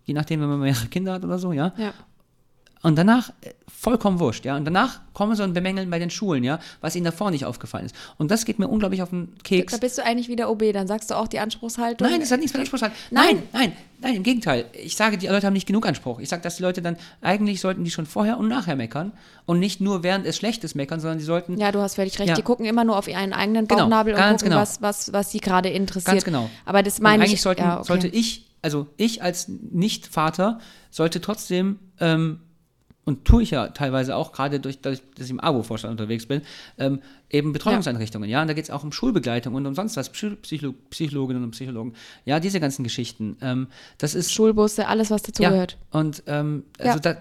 S1: je nachdem, wenn man mehrere Kinder hat oder so, ja.
S3: ja.
S1: Und danach äh, vollkommen wurscht, ja. Und danach kommen sie und bemängeln bei den Schulen, ja, was ihnen davor nicht aufgefallen ist. Und das geht mir unglaublich auf den
S3: Da
S1: Keks.
S3: bist du eigentlich wieder OB, dann sagst du auch die Anspruchshaltung.
S1: Nein, das hat nichts mit Anspruch.
S3: Nein.
S1: Nein, nein, nein, im Gegenteil. Ich sage, die Leute haben nicht genug Anspruch. Ich sage, dass die Leute dann, eigentlich sollten die schon vorher und nachher meckern und nicht nur während es schlecht ist meckern, sondern die sollten
S3: Ja, du hast völlig recht.
S1: Ja.
S3: Die gucken immer nur auf ihren eigenen
S1: Genau,
S3: Bauchnabel und
S1: ganz
S3: gucken,
S1: genau.
S3: was, was, was sie gerade interessiert.
S1: Ganz genau.
S3: Aber das
S1: Und
S3: meine
S1: eigentlich
S3: ich.
S1: sollten,
S3: ja, okay.
S1: sollte ich, also ich als Nicht-Vater, sollte trotzdem, ähm, und tue ich ja teilweise auch, gerade durch, dadurch, dass ich im AWO-Vorstand unterwegs bin, ähm, eben Betreuungseinrichtungen, ja. Und da geht es auch um Schulbegleitung und um sonst was, Psy- Psycholo Psychologinnen und Psychologen. Ja, diese ganzen Geschichten. Ähm, das ist
S3: Schulbusse, alles, was dazugehört.
S1: ja, und ähm,
S3: Ja.
S1: also da,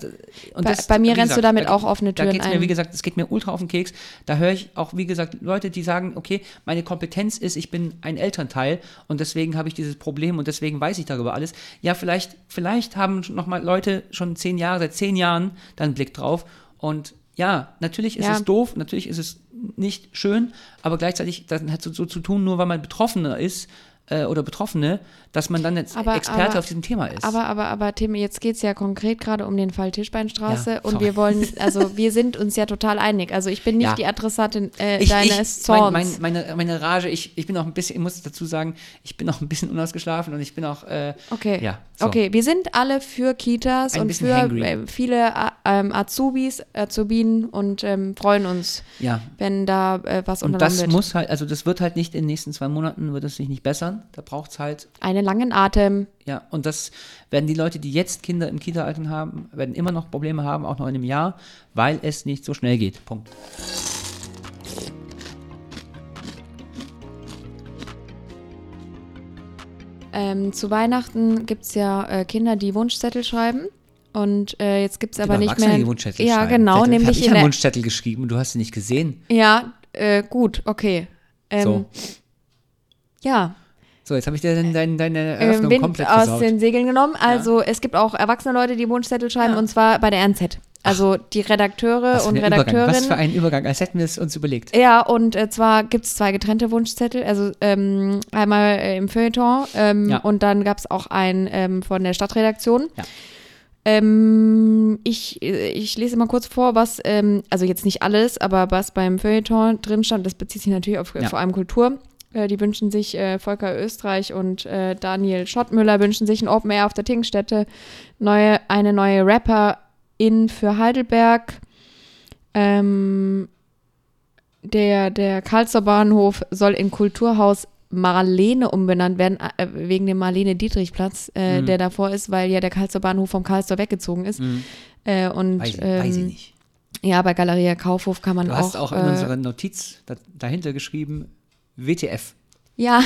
S1: und
S3: Bei-
S1: das,
S3: bei mir
S1: wie
S3: rennst du damit auch offene
S1: Da
S3: Türen
S1: geht's
S3: ein.
S1: mir, wie gesagt, es geht mir ultra auf den Keks. Da höre ich auch, wie gesagt, Leute, die sagen, okay, meine Kompetenz ist, ich bin ein Elternteil und deswegen habe ich dieses Problem und deswegen weiß ich darüber alles. Ja, vielleicht, vielleicht haben schon noch mal Leute schon zehn Jahre, seit zehn Jahren da einen Blick drauf und ja, natürlich ist
S3: Ja.
S1: es doof, natürlich ist es nicht schön, aber gleichzeitig, das hat so, so zu tun, nur weil man Betroffener ist äh, oder Betroffene, dass man dann jetzt
S3: Aber-
S1: Experte
S3: aber-
S1: auf diesem Thema ist.
S3: Aber, aber, aber, Tim, jetzt geht es ja konkret gerade um den Fall Tischbeinstraße
S1: Ja,
S3: und
S1: sorry. [LAUGHS]
S3: wir wollen, also wir sind uns ja total einig. Also ich bin nicht
S1: Ja.
S3: die Adressatin äh,
S1: ich,
S3: deines
S1: ich, mein,
S3: Zorns.
S1: mein, meine, meine Rage, ich, ich bin auch ein bisschen, ich muss dazu sagen, ich bin auch ein bisschen unausgeschlafen und ich bin auch, äh,
S3: okay.
S1: ja, so.
S3: okay, wir sind alle für Kitas
S1: Ein
S3: und
S1: bisschen
S3: für
S1: hangry.
S3: äh, viele äh, ähm, Azubis, Azubinen und ähm, freuen uns,
S1: ja.
S3: wenn da äh, was
S1: Und
S3: unternommen
S1: das
S3: wird.
S1: muss halt, also das wird halt nicht in den nächsten zwei Monaten, wird es sich nicht bessern. Da braucht es halt,
S3: Einen langen Atem.
S1: ja, und das werden die Leute, die jetzt Kinder im Kita-Alter haben, werden immer noch Probleme haben, auch noch in einem Jahr, weil es nicht so schnell geht. Punkt.
S3: Ähm, zu Weihnachten gibt es ja äh, Kinder, die Wunschzettel schreiben. Und äh, jetzt gibt es aber nicht mehr.
S1: Genau, Die Wunschzettel
S3: ja,
S1: schreiben.
S3: genau,
S1: Vielleicht hab
S3: nämlich
S1: ich
S3: in
S1: einen
S3: der,
S1: Wunschzettel geschrieben und du hast ihn nicht gesehen.
S3: Ja, äh, gut, okay. Ähm,
S1: so.
S3: Ja,
S1: so, jetzt habe ich dir deine, deine, deine
S3: ähm,
S1: Eröffnung
S3: Wind
S1: komplett
S3: aus
S1: versaut.
S3: den Segeln genommen. Also es gibt auch erwachsene Leute, die Wunschzettel schreiben und zwar bei der NZ. Also die Redakteure
S1: Was für
S3: und
S1: ein Übergang. Was für
S3: Redakteurinnen.
S1: ein Übergang, als hätten wir es uns überlegt.
S3: Ja, und äh, zwar gibt es zwei getrennte Wunschzettel. Also ähm, einmal äh, im Feuilleton ähm,
S1: Ja.
S3: und dann gab es auch einen ähm, von der Stadtredaktion.
S1: Ja.
S3: Ähm, ich, äh, ich lese mal kurz vor, was, ähm, also jetzt nicht alles, aber was beim Feuilleton drin stand, das bezieht sich natürlich auf äh,
S1: Ja.
S3: vor allem Kultur. Äh, Die wünschen sich, äh, Volker Österreich und äh, Daniel Schottmüller wünschen sich ein Open Air auf der Tinkstätte, neue, eine neue Rapperin für Heidelberg. Ähm, der, der Karlsruher Bahnhof soll in Kulturhaus Marlene umbenannt werden, äh, wegen dem Marlene-Dietrich-Platz, äh,
S1: Mhm.
S3: der davor ist, weil ja der Karlsruher Bahnhof vom Karlsruher weggezogen ist. Äh, und
S1: Weiß ich,
S3: ähm,
S1: weiß ich nicht.
S3: ja, bei Galeria Kaufhof kann man
S1: Du
S3: auch.
S1: hast auch in
S3: äh,
S1: unserer Notiz da, dahinter geschrieben, WTF. [LAUGHS]
S3: ja,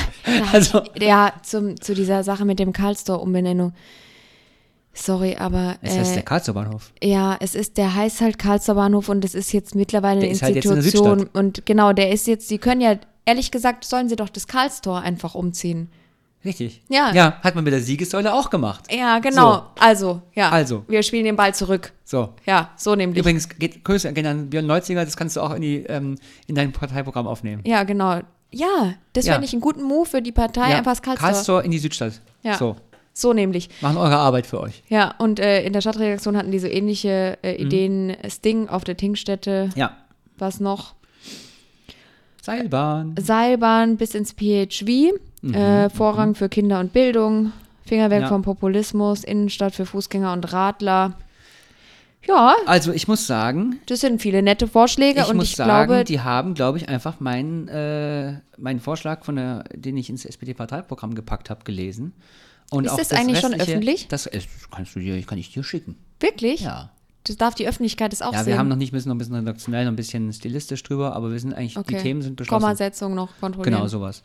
S1: Also,
S3: ja zum, zu dieser Sache mit dem Karlstor Umbenennung. Sorry, aber
S1: es heißt
S3: äh,
S1: der Karlsruher Bahnhof.
S3: ja, es ist der heißt halt Karlsruher Bahnhof und es ist jetzt mittlerweile
S1: Der
S3: eine
S1: ist halt jetzt in der
S3: Institution
S1: Südstadt.
S3: und genau, der ist jetzt. Die können ja ehrlich gesagt sollen sie doch das Karlstor einfach umziehen.
S1: Richtig.
S3: Ja.
S1: Ja, hat man mit der Siegessäule auch gemacht.
S3: Ja, genau.
S1: So.
S3: Also, ja.
S1: Also.
S3: Wir spielen den Ball zurück.
S1: So.
S3: Ja, so nämlich.
S1: Übrigens, geht Grüße gerne an Björn Neutzinger, das kannst du auch in, die, ähm, in dein Parteiprogramm aufnehmen.
S3: Ja, genau. Ja, das
S1: Ja.
S3: fände ich einen guten Move für die Partei, einfach das Karlstor.
S1: Karlstor in die Südstadt.
S3: Ja.
S1: So,
S3: So nämlich.
S1: machen eure Arbeit für euch.
S3: Ja, und äh, in der Stadtredaktion hatten die so ähnliche äh, Ideen. Sting auf der Tingstätte,
S1: Mhm. Ja.
S3: was noch?
S1: Seilbahn.
S3: Seilbahn bis ins PHV, äh, Vorrang für Kinder und Bildung, Finger weg
S1: Mhm. Ja.
S3: vom Populismus, Innenstadt für Fußgänger und Radler. Ja,
S1: Also ich muss sagen,
S3: das sind viele nette Vorschläge
S1: ich
S3: und
S1: muss
S3: ich
S1: sagen,
S3: glaube,
S1: die haben, glaube ich, einfach meinen, äh, meinen Vorschlag, von der, den ich ins SPD-Parteiprogramm gepackt habe, gelesen. Und
S3: Ist
S1: auch
S3: das eigentlich schon
S1: restliche-
S3: öffentlich?
S1: Das, äh, kannst du dir, kann ich dir schicken.
S3: wirklich,
S1: Ja.
S3: das darf die Öffentlichkeit es auch
S1: Ja,
S3: sehen.
S1: wir haben noch nicht, müssen noch ein bisschen redaktionell, noch ein bisschen stilistisch drüber, aber wir sind eigentlich, die Themen sind beschlossen.
S3: Kommasetzung noch kontrollieren.
S1: Genau, sowas.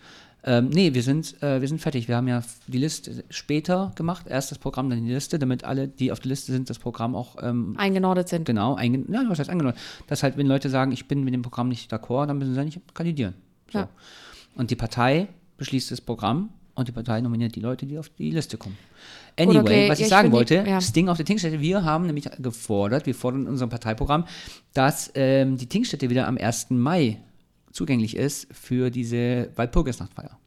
S1: Ähm, nee, wir sind, äh, wir sind fertig. Wir haben ja die Liste später gemacht. Erst das Programm, dann die Liste, damit alle, die auf der Liste sind, das Programm auch ähm,
S3: Eingenordet sind.
S1: genau eingen ja, was heißt eingenommen. Dass halt, wenn Leute sagen, ich bin mit dem Programm nicht d'accord, dann müssen sie nicht kandidieren. So.
S3: Ja.
S1: Und die Partei beschließt das Programm und die Partei nominiert die Leute, die auf die Liste kommen.
S3: Gut,
S1: Anyway, was
S3: okay, ja,
S1: ich
S3: ich
S1: sagen
S3: find die-
S1: wollte,
S3: ja.
S1: das Ding auf der Tinkstätte, wir haben nämlich gefordert, wir fordern in unserem Parteiprogramm, dass ähm, die Tinkstätte wieder am 1. Mai zugänglich ist für diese Walpurgisnachtfeier.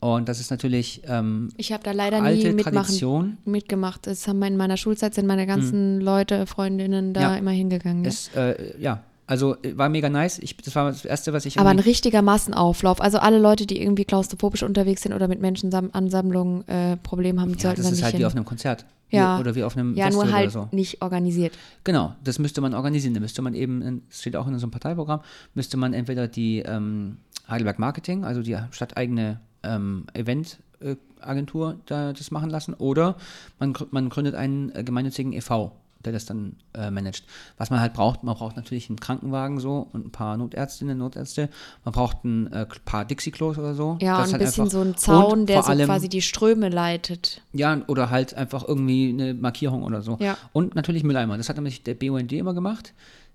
S1: Und das ist natürlich ähm,
S3: Ich habe da leider nie
S1: alte
S3: mitmachen,
S1: Tradition. Hm.
S3: mitgemacht. Das haben wir in meiner Schulzeit sind meine ganzen Leute, Freundinnen da
S1: Ja.
S3: immer hingegangen. Ne?
S1: Es, äh, ja, also äh, war mega nice. Ich, das war das Erste, was ich
S3: Aber ein
S1: irgendwie-
S3: richtiger Massenauflauf. Also alle Leute, die irgendwie klaustrophobisch unterwegs sind oder mit Menschenansammlungen äh, Probleme haben,
S1: Ja,
S3: sollten
S1: das
S3: da
S1: ist
S3: nicht
S1: halt wie
S3: hin.
S1: auf einem Konzert. Wie-
S3: ja.
S1: Oder wie auf einem
S3: Ja,
S1: Festival
S3: nur halt
S1: oder so.
S3: nicht organisiert.
S1: Genau, das müsste man organisieren. Da müsste man eben, in- es steht auch in unserem Parteiprogramm, müsste man entweder die ähm, Heidelberg Marketing, also die stadteigene ähm, Event. äh, Agentur da das machen lassen oder man, grü- man gründet einen äh, gemeinnützigen e.V., der das dann äh, managt. Was man halt braucht, man braucht natürlich einen Krankenwagen so und ein paar Notärztinnen, Notärzte, man braucht ein äh, paar Dixie-Klos oder so.
S3: Ja,
S1: Das
S3: und ein
S1: halt
S3: bisschen
S1: einfach-
S3: so ein
S1: und
S3: Zaun, der
S1: vor
S3: so
S1: allem-
S3: quasi die Ströme leitet.
S1: ja, oder halt einfach irgendwie eine Markierung oder so.
S3: Ja.
S1: Und natürlich Mülleimer. Das hat nämlich der BUND immer gemacht.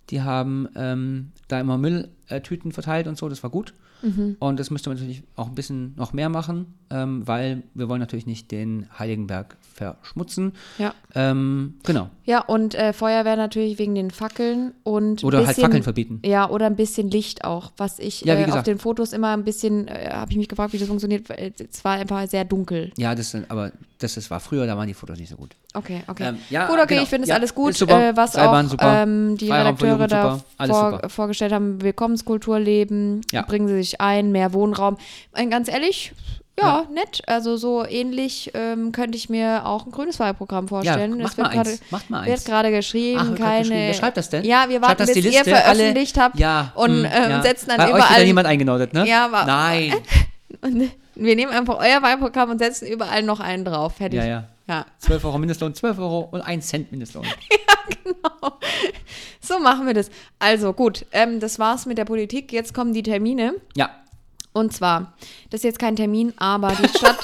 S1: Die haben ähm, da immer Mülltüten verteilt und so, das war gut.
S3: Mhm.
S1: Und das müsste man natürlich auch ein bisschen noch mehr machen, ähm, weil wir wollen natürlich nicht den Heiligenberg verschmutzen.
S3: Ja.
S1: Ähm, genau.
S3: Ja, und äh, Feuerwehr natürlich wegen den Fackeln und.
S1: Oder halt
S3: bisschen-
S1: Fackeln verbieten.
S3: Ja, oder ein bisschen Licht auch. Was ich
S1: Ja, wie
S3: äh, auf
S1: gesagt.
S3: den Fotos immer ein bisschen, äh, habe ich mich gefragt, wie das funktioniert. weil Es war einfach sehr dunkel.
S1: Ja, das sind, aber das, das war früher, da waren die Fotos nicht so gut.
S3: Okay, okay.
S1: Ähm, ja,
S3: gut, okay,
S1: genau.
S3: ich finde es
S1: Ja,
S3: alles gut,
S1: ist super.
S3: äh, was
S1: Seilbahn
S3: auch
S1: super.
S3: Ähm, die
S1: Freiraum für
S3: Redakteure
S1: Jugend
S3: da
S1: super. Alles
S3: vor,
S1: super.
S3: vorgestellt haben. Willkommenskultur leben,
S1: Ja.
S3: bringen sie sich ein, mehr Wohnraum. Äh, ganz ehrlich, ja, nett. Also so ähnlich ähm, könnte ich mir auch ein grünes Wahlprogramm vorstellen.
S1: macht
S3: wird
S1: mal
S3: gerade-
S1: eins, macht mal
S3: Wird
S1: eins.
S3: gerade geschrieben,
S1: Ach, wird gerade
S3: keine.
S1: geschrieben. Wer schreibt das denn?
S3: Ja, wir
S1: Schreibt
S3: warten,
S1: das
S3: bis
S1: die
S3: ihr
S1: Liste? Alle-
S3: veröffentlicht habt
S1: Ja,
S3: und
S1: hm,
S3: ähm,
S1: ja.
S3: setzen dann
S1: Bei
S3: überall.
S1: Euch wieder niemand eingenordet, ne?
S3: Ja, aber-
S1: Nein.
S3: Und [LAUGHS] wir nehmen einfach euer Wahlprogramm und setzen überall noch einen drauf. Fertig.
S1: Ja, ja.
S3: ja.
S1: 12 Euro Mindestlohn, 12 Euro und 1 Cent Mindestlohn.
S3: So machen wir das. Also gut, ähm, das war's mit der Politik. Jetzt kommen die Termine.
S1: Ja.
S3: Und zwar, das ist jetzt kein Termin, aber
S1: [LAUGHS]
S3: die Stadt.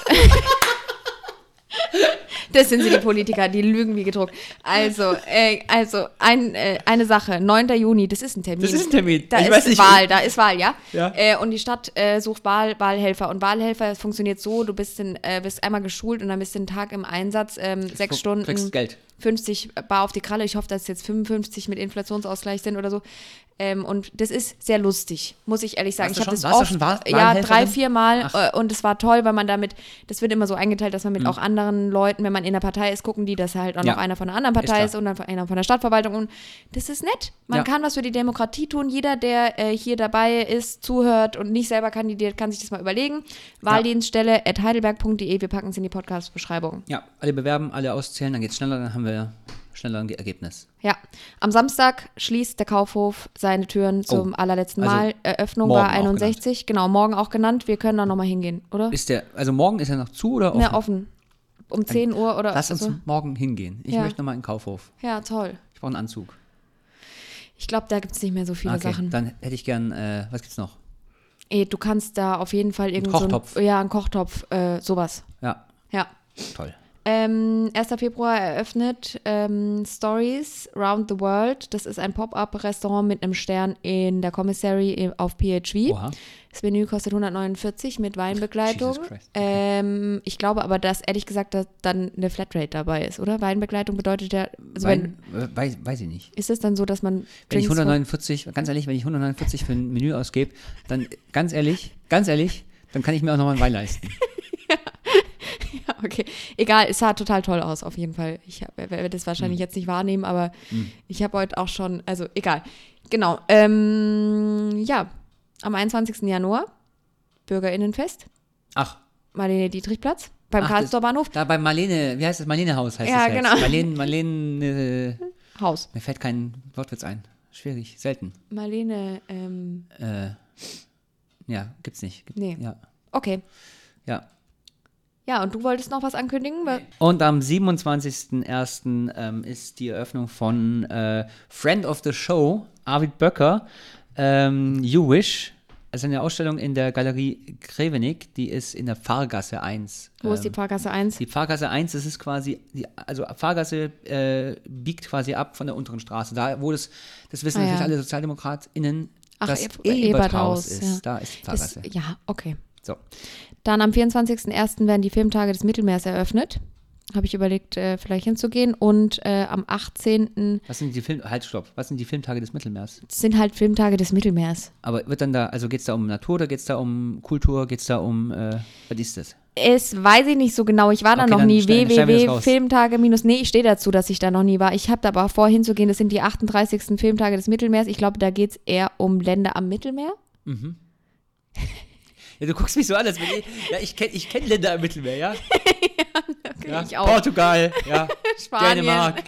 S3: Das sind sie, die Politiker, die lügen wie gedruckt. Also, äh, also ein, äh, eine Sache, 9. Juni, das ist ein Termin.
S1: Das ist ein Termin.
S3: Da
S1: Ich
S3: ist
S1: weiß nicht,
S3: Wahl, da ist Wahl, ja.
S1: Ja.
S3: Äh, und die Stadt äh, sucht Wahl, Wahlhelfer. Und Wahlhelfer, das funktioniert so, du bist, in, äh, bist einmal geschult und dann bist du den Tag im Einsatz, ähm, sechs
S1: Du
S3: Stunden.
S1: Kriegst Geld.
S3: 50 Bar auf die Kralle. Ich hoffe, dass es jetzt 55 mit Inflationsausgleich sind oder so. Ähm, und das ist sehr lustig, muss ich ehrlich sagen.
S1: Warst
S3: ich
S1: du
S3: habe
S1: schon-
S3: das
S1: warst du
S3: oft,
S1: schon Wahl-
S3: ja, drei,
S1: Wahlhelferin?
S3: vier Mal
S1: Ach. Mhm.
S3: äh, und es war toll, weil man damit, das wird immer so eingeteilt, dass man mit auch anderen Leuten, wenn man in der Partei ist, gucken die, dass halt auch
S1: Ja.
S3: noch einer von einer anderen
S1: Ist
S3: Partei
S1: klar.
S3: ist, und dann einer von der Stadtverwaltung und das ist nett. Man
S1: Ja.
S3: kann was für die Demokratie tun. Jeder, der äh, hier dabei ist, zuhört und nicht selber kandidiert, kann sich das mal überlegen. Wahldienststelle at heidelberg.de, wir packen es in die Podcast-Beschreibung.
S1: Ja, alle bewerben, alle auszählen, dann geht's schneller, dann haben wir schneller ein Ge- Ergebnis.
S3: Ja, am Samstag schließt der Kaufhof seine Türen zum
S1: Oh,
S3: allerletzten
S1: also
S3: Mal. Eröffnung
S1: morgen
S3: war
S1: auch
S3: 61, genau, morgen auch genannt. Wir können da nochmal hingehen, oder?
S1: Ist der, also morgen ist er noch zu oder offen?
S3: Ja, offen. Um 10 Uhr oder
S1: Lass uns
S3: so.
S1: morgen hingehen. Ich
S3: also Ja.
S1: möchte nochmal in den Kaufhof.
S3: Ja, toll.
S1: Ich brauche einen Anzug.
S3: Ich glaube, da gibt es nicht mehr so viele
S1: okay,
S3: Sachen.
S1: dann hätte ich gern, äh, was gibt's noch?
S3: Ey, du kannst da auf jeden Fall irgend
S1: Kochtopf.
S3: so ein, Ja, einen Kochtopf, äh, sowas.
S1: Ja,
S3: Ja.
S1: toll.
S3: Ähm, 1. Februar eröffnet ähm, Stories Round the World. Das ist ein Pop-Up-Restaurant mit einem Stern in der Commissary auf PHV.
S1: Oha.
S3: Das Menü kostet 149 mit Weinbegleitung.
S1: Jesus Christ.
S3: Ähm, ich glaube aber, dass ehrlich gesagt dass dann eine Flatrate dabei ist, oder? Weinbegleitung bedeutet ja, also wenn,
S1: Wein, äh, weiß, weiß ich nicht.
S3: ist es dann so, dass man
S1: Wenn ich
S3: Drinks von-
S1: 149, ganz ehrlich, wenn ich 149 für ein Menü ausgebe, dann ganz ehrlich, ganz ehrlich, dann kann ich mir auch noch mal einen Wein leisten.
S3: Ja, [LAUGHS] okay. Egal, es sah total toll aus, auf jeden Fall. Ich hab- werde das
S1: Hm.
S3: wahrscheinlich jetzt nicht wahrnehmen, aber ich habe heute auch schon, also egal. Genau. Ähm, ja, am 21. Januar, BürgerInnenfest,
S1: Ach,
S3: Marlene Dietrichplatz, beim
S1: Ach,
S3: Karlsruher Bahnhof,
S1: da bei Marlene, wie heißt das? Marlene Haus heißt
S3: Ja,
S1: das jetzt.
S3: genau.
S1: Marlene, Marlene, äh,
S3: Haus.
S1: mir fällt kein Wortwitz ein. Schwierig, selten.
S3: Marlene, ähm,
S1: Äh, ja, gibt's nicht. Gibt,
S3: Nee.
S1: Ja,
S3: okay.
S1: ja.
S3: Ja, und du wolltest noch was ankündigen? Weil-
S1: Und am 27.01. Ähm, ist die Eröffnung von äh, Friend of the Show, Arvid Böcker, ähm, You Wish. Also eine Ausstellung in der Galerie Krevenik, die ist in der Fahrgasse 1.
S3: Wo ist die
S1: ähm,
S3: Fahrgasse 1?
S1: die Fahrgasse 1, das ist quasi, die, also Fahrgasse äh, biegt quasi ab von der unteren Straße. Da, wo das, das wissen
S3: Ah,
S1: natürlich
S3: ja.
S1: alle SozialdemokratInnen,
S3: Ach,
S1: das
S3: Eb-
S1: Eberthaus
S3: Eberthaus,
S1: ist.
S3: ja.
S1: Da ist die
S3: Das,
S1: Fahrgasse.
S3: ja, okay.
S1: so.
S3: Dann am 24.01. werden die Filmtage des Mittelmeers eröffnet. Habe ich überlegt, äh, vielleicht hinzugehen. Und äh, am 18.
S1: Was sind die Film, halt, stopp, was sind die Filmtage des Mittelmeers?
S3: sind halt Filmtage des Mittelmeers.
S1: Aber wird dann da, also geht es da um Natur oder geht es da um Kultur, geht es da um, äh, was ist das?
S3: Es weiß ich nicht so genau. Ich war da
S1: Okay,
S3: noch
S1: dann
S3: nie.
S1: stellen- stellen wir das raus.
S3: www.filmtage minus. Nee, ich stehe dazu, dass ich da noch nie war. Ich habe da aber vor, hinzugehen. Das sind die 38. Filmtage des Mittelmeers. Ich glaube, da geht es eher um Länder am Mittelmeer.
S1: Ja, du guckst mich so an, als wenn ich, ja, ich kenne ich kenn Länder im Mittelmeer,
S3: [LAUGHS]
S1: ja? ja,
S3: ich auch.
S1: Portugal, ja,
S3: Spanien.
S1: Dänemark.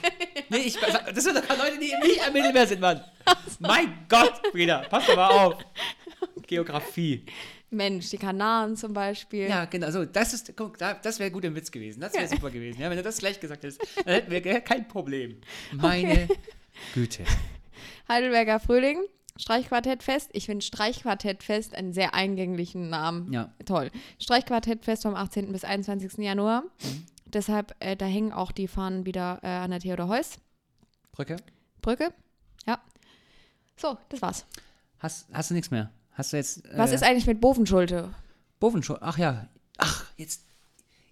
S1: Nee, ich, das sind doch Leute, die nicht am Mittelmeer sind, Mann. Mein Gott, Frieda, pass doch mal auf. Geografie.
S3: Mensch, die Kanaren zum Beispiel.
S1: Ja, genau, so, das ist, guck, da, das wäre gut im Witz gewesen, das wäre super gewesen, ja, wenn du das gleich gesagt hättest, dann hätten wir ge- kein Problem. Meine Güte.
S3: Heidelberger Frühling, Streichquartettfest. Ich finde Streichquartettfest einen sehr eingänglichen Namen.
S1: Ja.
S3: Toll. Streichquartettfest vom 18. bis 21. Januar. Deshalb, äh, da hängen auch die Fahnen wieder äh, an der Theodor Heuss
S1: Brücke?
S3: Brücke. Ja. So, das war's.
S1: Hast, hast du nichts mehr? Hast du jetzt. äh,
S3: Was ist eigentlich mit Bovenschulte?
S1: Bovenschuh? Ach ja. Ach, jetzt.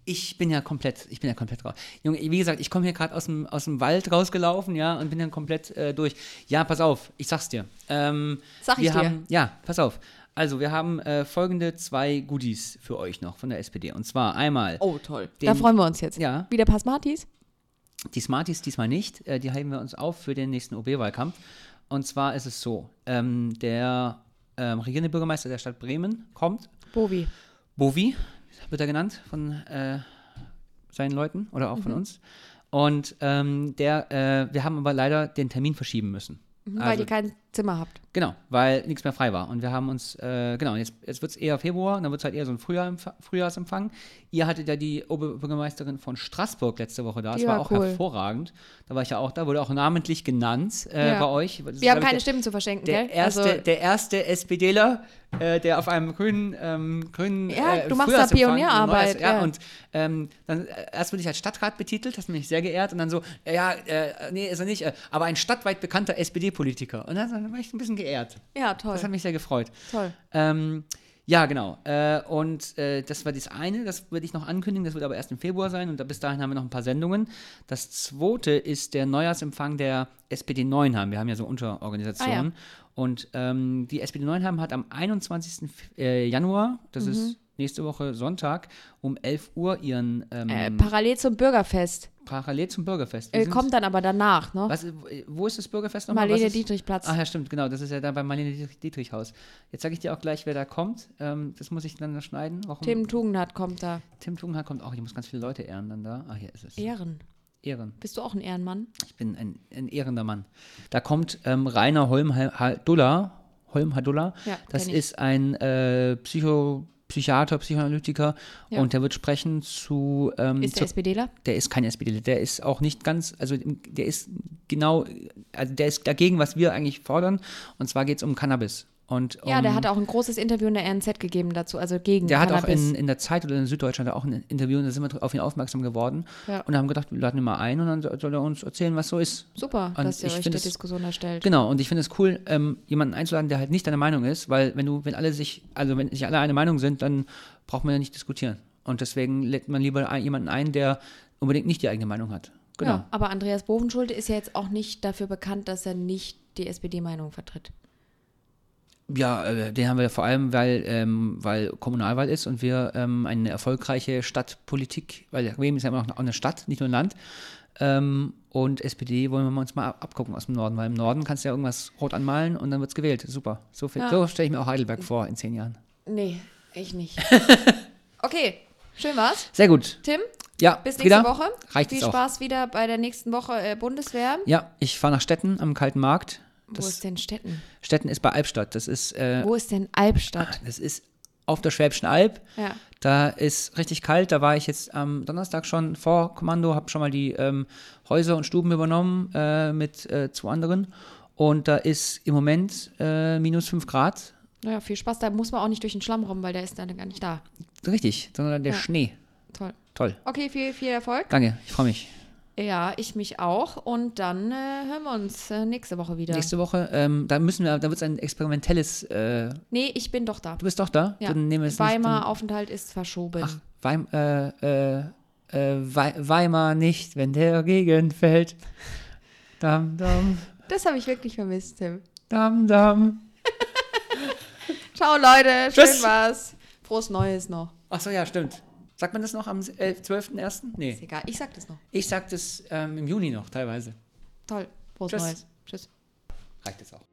S1: Ich bin ja komplett, ich bin ja komplett raus. Junge, wie gesagt, ich komme hier gerade aus dem, aus dem Wald rausgelaufen, ja, und bin dann komplett äh, durch. Ja, pass auf, ich sag's dir. Ähm,
S3: Sag ich
S1: wir
S3: dir.
S1: Haben, ja, pass auf. Also, wir haben äh, folgende zwei Goodies für euch noch von der SPD. Und zwar einmal
S3: Oh, toll. da
S1: Den-
S3: freuen wir uns jetzt.
S1: Ja.
S3: Wieder Pasmatis?
S1: die Smarties diesmal nicht, äh, die halten wir uns auf für den nächsten OB-Wahlkampf. Und zwar ist es so, ähm, der ähm, regierende Bürgermeister der Stadt Bremen kommt
S3: Bovi.
S1: Bovi wird er genannt von äh, seinen Leuten oder auch von
S3: Mhm.
S1: uns. Und ähm, der, äh, wir haben aber leider den Termin verschieben müssen.
S3: Mhm, weil
S1: Also-
S3: ihr kein Zimmer habt.
S1: Genau, weil nichts mehr frei war. Und wir haben uns, äh, genau, jetzt, jetzt wird es eher Februar, und dann wird es halt eher so ein Frühjahr, Frühjahrsempfang. Ihr hattet ja die Oberbürgermeisterin von Straßburg letzte Woche da.
S3: Die
S1: Das war,
S3: war
S1: auch
S3: cool.
S1: hervorragend. Da war ich ja auch da, wurde auch namentlich genannt äh,
S3: Ja.
S1: bei euch. Das ist,
S3: Wir haben
S1: glaub ich,
S3: keine
S1: der-
S3: Stimmen zu verschenken,
S1: der
S3: gell?
S1: erste,
S3: also,
S1: der erste SPDler, äh, der auf einem grünen, ähm, grünen
S3: Ja,
S1: äh,
S3: du machst da
S1: Frühjahrsempfang,
S3: Pionierarbeit,
S1: Neues- ja,
S3: ja.
S1: und ähm, dann äh, erst wurde ich als Stadtrat betitelt, das hat mich sehr geehrt und dann so, äh, ja, äh, nee, ist er nicht, äh, aber ein stadtweit bekannter SPD-Politiker. Und dann, dann war ich ein bisschen geehrt.
S3: ja, toll.
S1: Das hat mich sehr gefreut.
S3: Toll.
S1: Ähm, ja, genau. Äh, und äh, das war das eine, das würde ich noch ankündigen, das wird aber erst im Februar sein und da, bis dahin haben wir noch ein paar Sendungen. Das zweite ist der Neujahrsempfang der SPD Neuenheim. Wir haben ja so Unterorganisationen.
S3: Ah, ja.
S1: Und ähm, die SPD Neuenheim hat am 21. F- äh, Januar, das
S3: Mhm.
S1: ist nächste Woche Sonntag, um 11 Uhr ihren ähm,
S3: Äh, parallel zum Bürgerfest.
S1: parallel zum Bürgerfest. Wir
S3: Äh,
S1: sind-
S3: kommt dann aber danach, ne?
S1: was, äh, wo ist das Bürgerfest nochmal?
S3: Marlene
S1: Was ist-
S3: Dietrichplatz.
S1: Ach ja, stimmt, genau. Das ist ja da beim Marlene Dietrich- Dietrich-Haus. Jetzt sage ich dir auch gleich, wer da kommt. Ähm, das muss ich dann noch schneiden. Warum?
S3: Tim Tugendhat kommt da.
S1: Tim Tugendhat kommt auch. Ich muss ganz viele Leute ehren dann da. Ah, hier ist es.
S3: Ehren.
S1: Ehren.
S3: Bist du auch ein Ehrenmann?
S1: Ich bin ein, ein ehrender Mann. Da kommt ähm, Rainer Holm-Hadulla. Holm-Hadulla.
S3: Ja,
S1: das
S3: kenn ich.
S1: ist ein äh, Psycho, Psychiater, Psychoanalytiker.
S3: Ja.
S1: Und der wird sprechen zu. Ähm,
S3: Ist
S1: zur
S3: der SPDler?
S1: der ist kein SPD, der ist auch nicht ganz, also der ist genau, also der ist dagegen, was wir eigentlich fordern. Und zwar geht es um Cannabis. Und,
S3: Ja, der
S1: ähm,
S3: hat auch ein großes Interview in der RNZ gegeben dazu, also gegen
S1: der hat auch
S3: Cannabis.
S1: in, in der Zeit oder in Süddeutschland auch ein Interview und da sind wir auf ihn aufmerksam geworden
S3: Ja.
S1: und haben gedacht, wir laden ihn mal ein und dann soll- soll er uns erzählen, was so ist.
S3: Super,
S1: Und
S3: dass ihr
S1: ich
S3: euch
S1: find
S3: der
S1: es-
S3: Diskussion erstellt.
S1: Genau, und ich finde es cool, ähm, jemanden einzuladen, der halt nicht deiner Meinung ist, weil wenn du, wenn alle sich, also wenn sich alle eine Meinung sind, dann braucht man ja nicht diskutieren. Und deswegen lädt man lieber ein, jemanden ein, der unbedingt nicht die eigene Meinung hat. Genau.
S3: Ja, aber Andreas Bovenschulte ist ja jetzt auch nicht dafür bekannt, dass er nicht die SPD-Meinung vertritt.
S1: Ja, äh, den haben wir vor allem, weil, ähm, weil Kommunalwahl ist und wir ähm, eine erfolgreiche Stadtpolitik, weil Bremen ist ja immer noch eine- auch eine Stadt, nicht nur ein Land. Ähm, und SPD wollen wir uns mal ab- abgucken aus dem Norden, weil im Norden kannst du ja irgendwas rot anmalen und dann wird's gewählt. Super. So, viel-
S3: Ja.
S1: so stelle ich mir auch Heidelberg vor in zehn Jahren.
S3: Nee,
S1: [LAUGHS]
S3: ich nicht. okay, schön war's.
S1: Sehr gut.
S3: Tim,
S1: Ja,
S3: bis nächste
S1: Frieda,
S3: Woche.
S1: Reicht
S3: Viel
S1: es auch.
S3: Spaß wieder bei der nächsten Woche äh, Bundeswehr.
S1: Ja, ich fahre nach Stetten am Kalten Markt.
S3: Wo
S1: Das,
S3: ist denn Stetten?
S1: Stetten ist bei Albstadt. Das ist, äh,
S3: Wo ist denn Albstadt?
S1: das ist auf der Schwäbischen Alb.
S3: Ja.
S1: Da ist richtig kalt. Da war ich jetzt am Donnerstag schon vor Kommando, habe schon mal die ähm, Häuser und Stuben übernommen äh, mit äh, zwei anderen. Und da ist im Moment äh, minus 5 Grad.
S3: Naja, viel Spaß. Da muss man auch nicht durch den Schlamm rum, weil der ist dann gar nicht da.
S1: Richtig, sondern der
S3: Ja.
S1: Schnee.
S3: Toll.
S1: Toll.
S3: Okay, viel, viel Erfolg.
S1: Danke, ich freue mich.
S3: Ja, ich mich auch. Und dann äh, hören wir uns äh, nächste Woche wieder.
S1: Nächste Woche, ähm, da müssen wir, da wird es ein experimentelles. Äh,
S3: Nee, ich bin doch da.
S1: du bist doch da?
S3: Ja.
S1: Dann nehmen wir es nicht-
S3: Weimar
S1: dann-
S3: Aufenthalt ist verschoben.
S1: Ach, Weim, äh, äh, äh, Wei- Weimar nicht, wenn der Regen fällt. Dam, dam,
S3: Das habe ich wirklich vermisst, Tim.
S1: dam, dam.
S3: Ciao, Leute.
S1: Tschüss.
S3: Schön war's. Frohes Neues noch.
S1: Achso, ja, stimmt. Sagt man das noch am 11. 12.01.?
S3: Ist
S1: Nee.
S3: egal. Ich sag das noch.
S1: Ich sag das ähm, im Juni noch teilweise.
S3: Toll. Frohes
S1: Tschüss.
S3: Neues. Tschüss.
S1: Reicht jetzt auch.